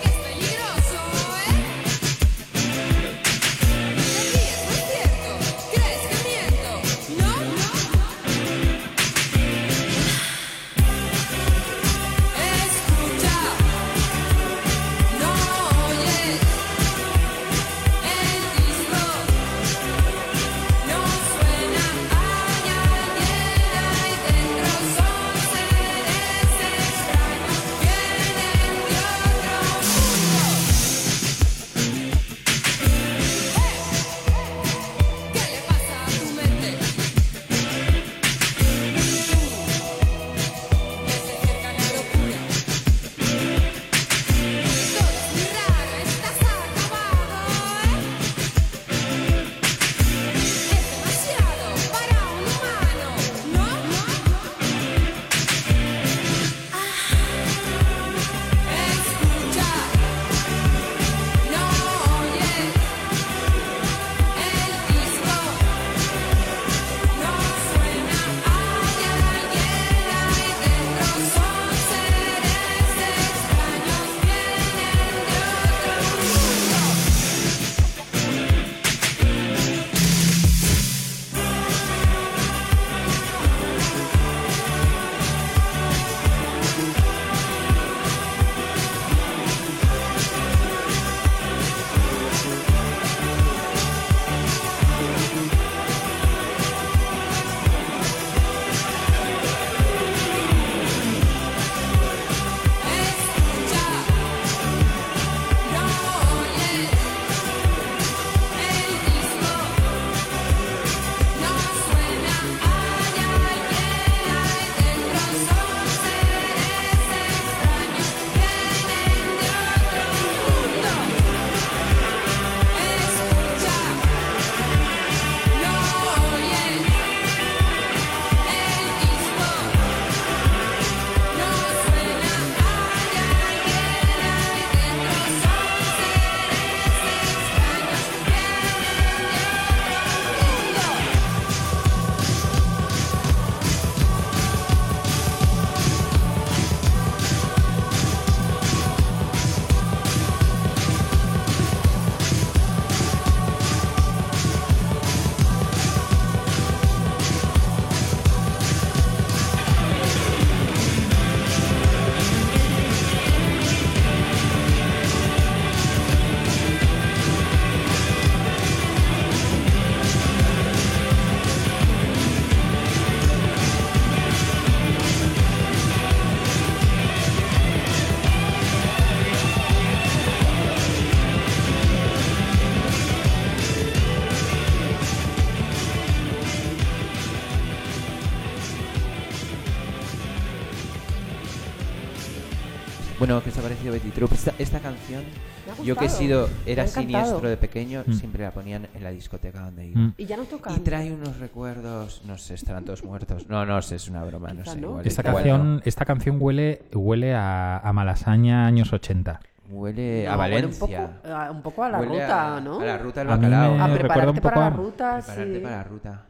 D: Bueno, ¿qué os ha parecido Betty Troop? Esta, esta canción,
E: Me ha
D: yo que he
E: gustado,
D: sido,
E: me
D: era
E: ha encantado.
D: siniestro de pequeño,
F: Mm.
D: siempre la ponían en la discoteca donde iba.
E: Y ya nos toca.
D: Y trae unos recuerdos, no sé, estarán todos muertos. No, no sé, es una broma, no
E: Quizá
D: sé.
E: no.
D: igual-
F: Esta
D: igual
F: canción, esta canción huele, huele a, a Malasaña años 80.
D: no. Huele a
E: No, huele
D: Valencia.
E: Un poco, a, un poco a la
D: Huele
E: ruta,
D: a-
E: ¿no?
D: A la ruta del
F: A mí
D: bacalao.
F: me
E: A
F: recuerda
E: prepararte
F: un
E: para
F: poco
E: la
F: a-
E: ruta,
D: Prepararte
E: sí.
D: para la ruta.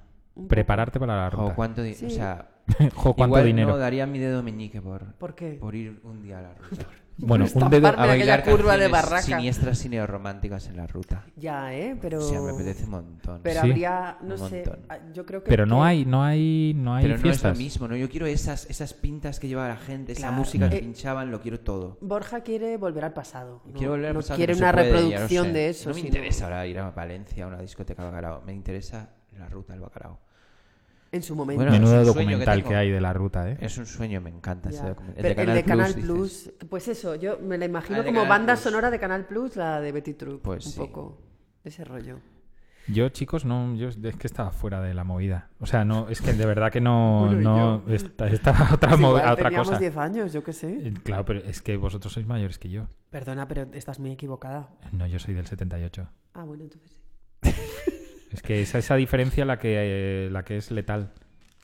F: Prepararte para la ruta.
D: O cuánto, di-
E: Sí.
D: o sea,
F: Jo, cuánto
D: igual
F: dinero.
D: no daría mi dedo meñique por,
E: ¿Por qué?
D: por ir un día a la ruta.
F: Bueno,
E: Por
F: un dedo
E: estampar-
D: a
E: en
D: bailar
E: aquella curva de
D: canciones
E: barraca.
D: siniestras y neorrománticas en la ruta.
E: Ya, ¿eh? Pero.
D: O sea, me apetece un montón.
E: Pero
F: Sí.
E: habría, no
D: Un
E: sé.
D: montón.
E: ah, Yo creo que.
F: Pero no
E: que-
F: hay, no hay, no hay
D: Pero no es lo
F: fiestas.
D: mismo, ¿no? Yo quiero esas, esas pintas que llevaba la gente, esa
E: Claro.
D: música que
E: Eh,
D: pinchaban, lo quiero todo.
E: Borja quiere volver al pasado. ¿no?
D: Quiero volver a
E: No
D: pasar
E: quiere
D: donde se
E: una
D: puede, ya lo
E: reproducción
D: sé.
E: de eso.
D: No me
E: sino-
D: interesa ahora ir a Valencia a una discoteca de bacalao. Me interesa la ruta del bacalao.
E: En su momento.
D: Bueno, es
F: Menudo
D: un sueño que
F: documental que,
D: tengo.
F: hay de la ruta, ¿eh?
D: Es un sueño, me encanta
E: Ya.
D: ese documental.
E: Pero
D: El de Canal, Plus, dices.
E: pues eso, yo me la
D: Ah,
E: imagino
D: el de
E: como
D: Canal
E: banda
D: Plus.
E: sonora de Canal Plus, la de Betty Troop,
D: Pues
E: un
D: sí.
E: poco de ese rollo.
F: Yo, chicos, no, yo es que estaba fuera de la movida. O sea, no, es que de verdad que no,
E: Bueno, y
F: no
E: yo.
F: esta- estaba a otra,
E: Pues
F: mo-
E: igual
F: a otra
E: teníamos
F: cosa.
E: 10 años, yo qué sé.
F: Eh, Claro, pero es que vosotros sois mayores que yo.
E: Perdona, pero estás muy equivocada.
F: No, yo soy del 78.
E: Ah, bueno, entonces sí.
F: Es que es esa diferencia la que, eh, la que es letal.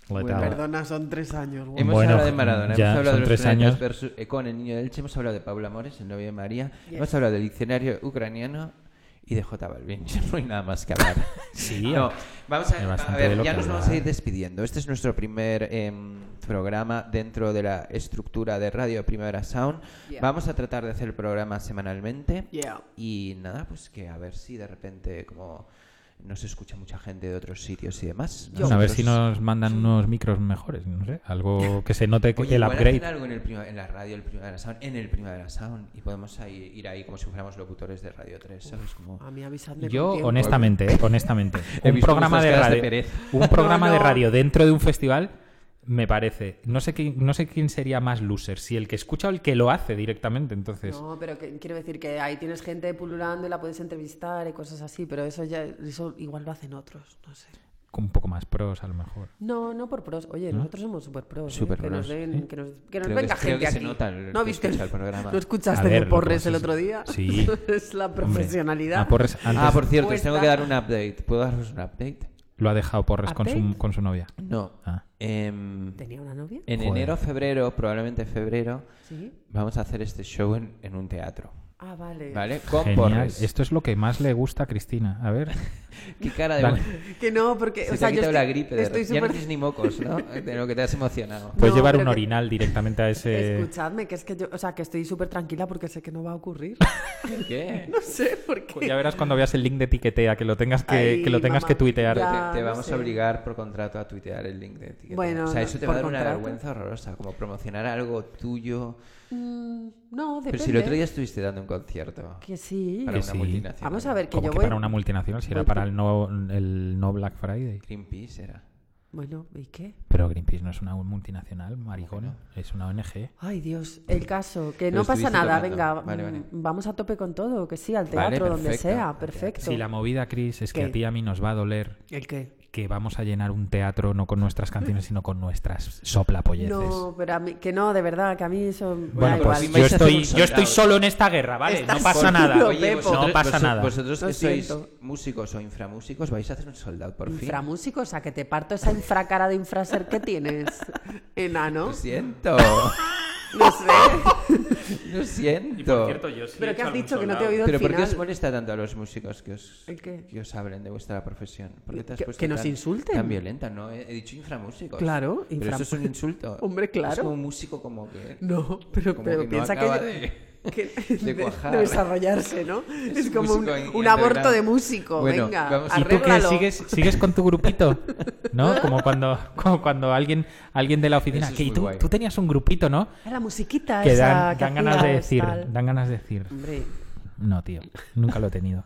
F: Letal.
E: Perdona, son 3 años. guau.
D: Hemos
F: Bueno,
D: hablado de Maradona,
F: ya
D: hemos hablado de los
F: son tres
D: planetas
F: años.
D: versus- eh, con el niño de Elche, hemos hablado de Paula Amores, el novio de María,
E: Yes.
D: hemos hablado del diccionario ucraniano y de J Balvin. Ya no hay nada más que hablar.
F: Sí.
D: No, vamos
F: Hay
D: a, a
F: bastante de
D: ver,
F: lo
D: ya
F: que
D: nos vamos a
F: hablar.
D: ir despidiendo. Este es nuestro primer em, programa dentro de la estructura de Radio Primavera Sound.
E: Yeah.
D: Vamos a tratar de hacer el programa semanalmente.
E: Yeah.
D: Y nada, pues que a ver si de repente como nos escucha mucha gente de otros sitios y demás.
F: Bueno, a ver
D: Nosotros-
F: si nos mandan unos micros mejores, no sé. Algo que se note que
D: Oye,
F: el
D: igual
F: upgrade.
D: hacen algo en, el prima- en la radio el Primavera Sound, en el Primavera Sound, y podemos ahí- ir ahí como si fuéramos locutores de Radio 3, ¿sabes? Como...
E: A mí avisadme con
F: Yo,
E: tiempo.
F: honestamente, eh, honestamente,
D: He
F: un
D: visto
F: programa
D: vuestras
F: de
D: caras de
F: radio,
D: pereza.
F: un programa
E: No,
F: de
E: no.
F: radio dentro de un festival me parece, no sé quién, no sé quién sería más loser, si el que escucha o el que lo hace directamente, entonces.
E: No, pero que- quiero decir que ahí tienes gente pululando y la puedes entrevistar y cosas así, pero eso ya eso igual lo hacen otros, no sé.
F: con Un poco más pros, a lo mejor.
E: No, no por pros.
D: ¿Mm?
E: Oye, nosotros somos super pros. ¿eh?
D: Superpros,
E: Que nos, den,
F: sí.
E: que nos, que nos
D: Creo que-
E: venga
D: creo
E: gente
D: que se
E: aquí.
D: nota el
E: ¿No
D: que
E: viste
D: escucha el programa.
E: ¿No escuchaste
F: A ver,
E: de
F: lo que
E: Porres
F: pasa
E: el
F: es-
E: otro día?
F: Sí.
E: es la
F: Hombre,
E: profesionalidad.
F: a Porres antes
D: Ah, por cierto, os
E: Cuesta.
D: tengo que dar un update. ¿Puedo daros un update?
F: lo ha dejado Porres con su,
E: ¿Update?
F: con su novia.
D: No.
F: Ah.
D: Em,
E: ¿Tenía una novia?
D: en
F: Joder.
D: enero, febrero, probablemente febrero,
E: Sí.
D: vamos a hacer este show en, en un teatro.
E: Ah, vale.
D: ¿Vale? Con
F: Genial.
D: Porres.
F: Esto es lo que más le gusta a Cristina. A ver,
D: Qué cara de...
F: Vale.
E: Que no, porque.
D: Se
E: o
D: te
E: sea,
D: ha
E: yo
D: quitado
E: estoy-
D: la gripe. de
E: Estoy
D: repente. Ya no
E: súper.
D: tienes ni mocos, ¿no? De lo que te has emocionado.
F: puedes
E: No,
F: llevar
E: pero
F: un
E: que-
F: orinal directamente a ese
E: Escuchadme, que es que yo. O sea, que estoy súper tranquila porque sé que no va a ocurrir.
D: ¿Qué?
E: no sé por qué.
F: Pues ya verás cuando veas el link de etiquetea que lo tengas que,
E: Ay,
F: que lo tengas
E: mamá.
F: que tuitear.
E: Ya.
D: te, te
E: no
D: vamos
E: sé.
D: a obligar por contrato a tuitear el link de etiqueta.
E: Bueno,
D: o sea,
E: no,
D: eso te va
E: por
D: a dar una
E: contrato.
D: vergüenza horrorosa, como promocionar algo tuyo.
E: Mm, No, depende.
D: Pero si el otro día estuviste dando un concierto
E: Que sí.
D: para
F: Que
D: una
F: sí.
D: multinacional.
E: Vamos a ver, que
F: Como
E: yo
F: que
E: voy.
F: para una multinacional, si era
E: voy
F: para
E: tu-
F: el no, el no Black Friday.
D: Greenpeace era.
E: Bueno, ¿y qué?
F: Pero Greenpeace no es una multinacional, maricona. Es una ONG.
E: Ay, Dios, el caso, que
D: Pero
E: no pasa
D: estuviste
E: nada,
D: tocando.
E: venga,
D: Vale, vale.
E: mm, vamos a tope con todo, que sí, al
D: Vale,
E: teatro, donde
D: perfecto, al
E: sea,
D: teatro.
E: perfecto.
F: Si la movida, Chris, es que
E: ¿Qué?
F: a ti y a mí nos va a doler
E: ¿El qué?
F: que vamos a llenar un teatro no con nuestras canciones, sino con nuestras soplapolleces.
E: No, pero a mí, que no, de verdad, que a mí eso me
F: Bueno,
E: da igual.
F: pues
D: vais
F: yo
D: a hacer
F: estoy,
D: un
F: yo
D: soldado.
F: estoy solo en esta guerra, ¿vale?
E: Estás
F: no pasa
E: solo,
F: nada.
E: Oye,
F: no
E: vosotros-
F: pasa
D: vosot-
F: nada.
D: Vosotros que
E: Lo
D: sois
E: siento.
D: músicos o inframúsicos vais a hacer un soldado, por fin.
E: Inframúsico, o sea, que te parto esa infracara de infraser que tienes, enano.
D: Lo siento. Pues
E: No sé.
D: Lo siento.
E: Pero que has dicho que no te he oído
D: Pero
E: al
D: ¿por qué os
E: final.
D: molesta tanto a los músicos que os,
E: ¿El qué?
D: que os hablen de vuestra profesión? ¿Por qué te has
E: Que-
D: puesto
E: que nos
D: tan-
E: insulten.
D: Tan violenta, ¿no? He, he dicho inframúsicos.
E: Claro,
D: Pero
E: infram-
D: eso es un insulto.
E: Hombre,
D: Es
E: claro.
D: como un músico como que...
E: No, pero,
D: Como
E: pero
D: que no
E: piensa que,
D: acaba
E: yo-
D: de-
E: que-
D: de cuajar.
E: desarrollarse, ¿no? Es,
D: un
E: como un,
D: músico en-
E: un
D: en
E: aborto
D: underground.
E: de músico,
D: Bueno,
E: venga,
D: vamos-
F: ¿Y tú qué
E: arréglalo.
F: sigues, sigues con tu grupito? ¿No? Como cuando, como cuando alguien, alguien de la oficina.
D: Eso es
F: que
D: muy
F: tú,
D: guay.
F: tú tenías un grupito, ¿no?
E: Ah, la musiquita
F: Que
E: esa
F: dan,
E: que
F: dan ganas de
E: hacías,
F: decir.
E: tal.
F: Dan ganas de decir.
E: Hombre,
F: No, tío. Nunca lo he tenido.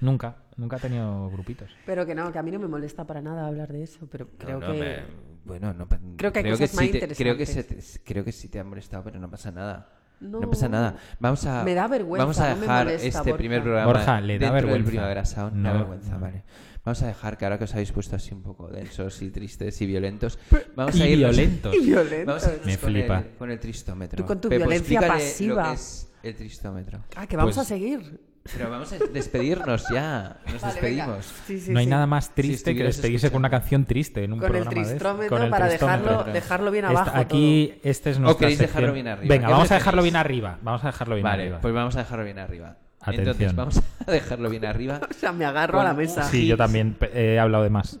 F: nunca. Nunca he tenido grupitos.
E: pero que no, que a mí no me molesta para nada hablar de eso, pero
D: No,
E: creo
D: no,
E: que...
D: me- Bueno, no pa-
E: Creo que hay cosas más
D: sí te- Creo que, se
E: interesantes.
D: te- creo que sí te han molestado, pero no pasa nada. No,
E: No.
D: pasa nada. Vamos a,
E: Me da vergüenza,
D: Vamos a
E: no me
D: dejar
E: molesta,
D: este
E: Borja.
D: primer programa
F: Borja, le da
D: dentro del
F: vergüenza.
D: Primavera Sound. Me da
F: No.
D: vergüenza, vale. Vamos a dejar que ahora que os habéis puesto así un poco densos y tristes y violentos,
F: Pero-
D: vamos
F: y
D: a ir
F: violentos. Y violentos.
D: Vamos a irnos
F: Me
D: con
F: flipa.
D: el- con el tristómetro.
E: Tú con tu
D: Pepo,
E: violencia
D: explícale
E: pasiva.
D: Lo que es el tristómetro.
E: Ah, que vamos
F: Pues-
E: a seguir.
D: Pero vamos a despedirnos ya. Nos
E: Vale, venga.
D: despedimos.
E: Sí, sí,
F: no hay
E: sí.
F: nada más
D: Si
F: triste que
D: estuvieras
F: despedirse con una canción triste en un
E: Con el
F: programa de estos.
E: tristrómetro
F: Con el
E: para
F: tristrómetro.
E: dejarlo- dejarlo bien
F: Esta-
E: abajo
F: aquí,
E: todo.
F: este es
D: ¿O
F: nuestra
D: queréis
F: sección.
D: dejarlo bien arriba?
F: Venga,
D: ¿Qué
F: vamos a
D: preferís?
F: dejarlo bien arriba. Vamos a dejarlo bien
D: vale,
F: arriba.
D: pues vamos a dejarlo bien arriba.
F: Atención.
D: Entonces, vamos a dejarlo bien arriba.
E: O sea, me agarro a la mesa.
F: sí, yo también pe- he hablado de más.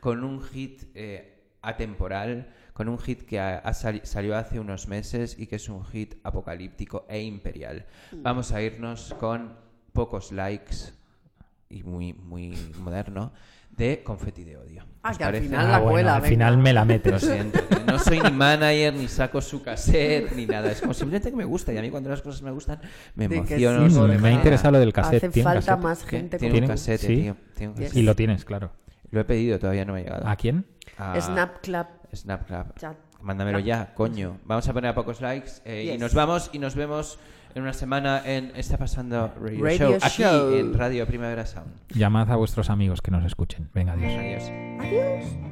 D: Con un hit eh, atemporal, con un hit que ha- ha sali- salió hace unos meses y que es un hit apocalíptico e imperial.
E: Mm.
D: Vamos a irnos con pocos likes y muy, muy moderno de Confeti de Odio.
E: Ah,
D: ¿Os
E: que al
D: parece?
E: final la
F: bueno,
E: cuela,
F: al
E: venga.
F: final me la
D: Lo
F: metes.
D: siento. No soy ni manager, ni saco su cassette, ni nada. Es como simplemente que me gusta. Y a mí cuando las cosas me gustan, me
E: Di que
D: emociono.
E: sí,
D: soy
E: Borja.
F: Mm, me ha
D: fan.
F: interesado lo del cassette.
E: Hace
F: ¿Tiene
E: falta
F: cassette?
E: más
D: ¿Qué?
E: gente
D: Tiene
E: como
D: un
E: tú.
D: cassette,
F: Sí.
D: tío. Tiene un
E: Yes.
F: Y
D: cassette.
F: lo tienes, claro.
D: Lo he pedido, todavía no me ha llegado.
F: ¿A quién?
D: A
E: Snapclap.
D: Snapclap.
E: Chat.
D: Mándamelo ya, coño. Vamos a poner a pocos likes eh, y
E: Yes.
D: nos vamos y nos vemos en una semana en Está Pasando Radio,
E: Radio
D: Show,
E: Show.
D: aquí en Radio Primavera Sound.
F: Llamad a vuestros amigos que nos escuchen. Venga, adiós.
D: Adiós.
E: Adiós.
A: ah, Ah, Ah,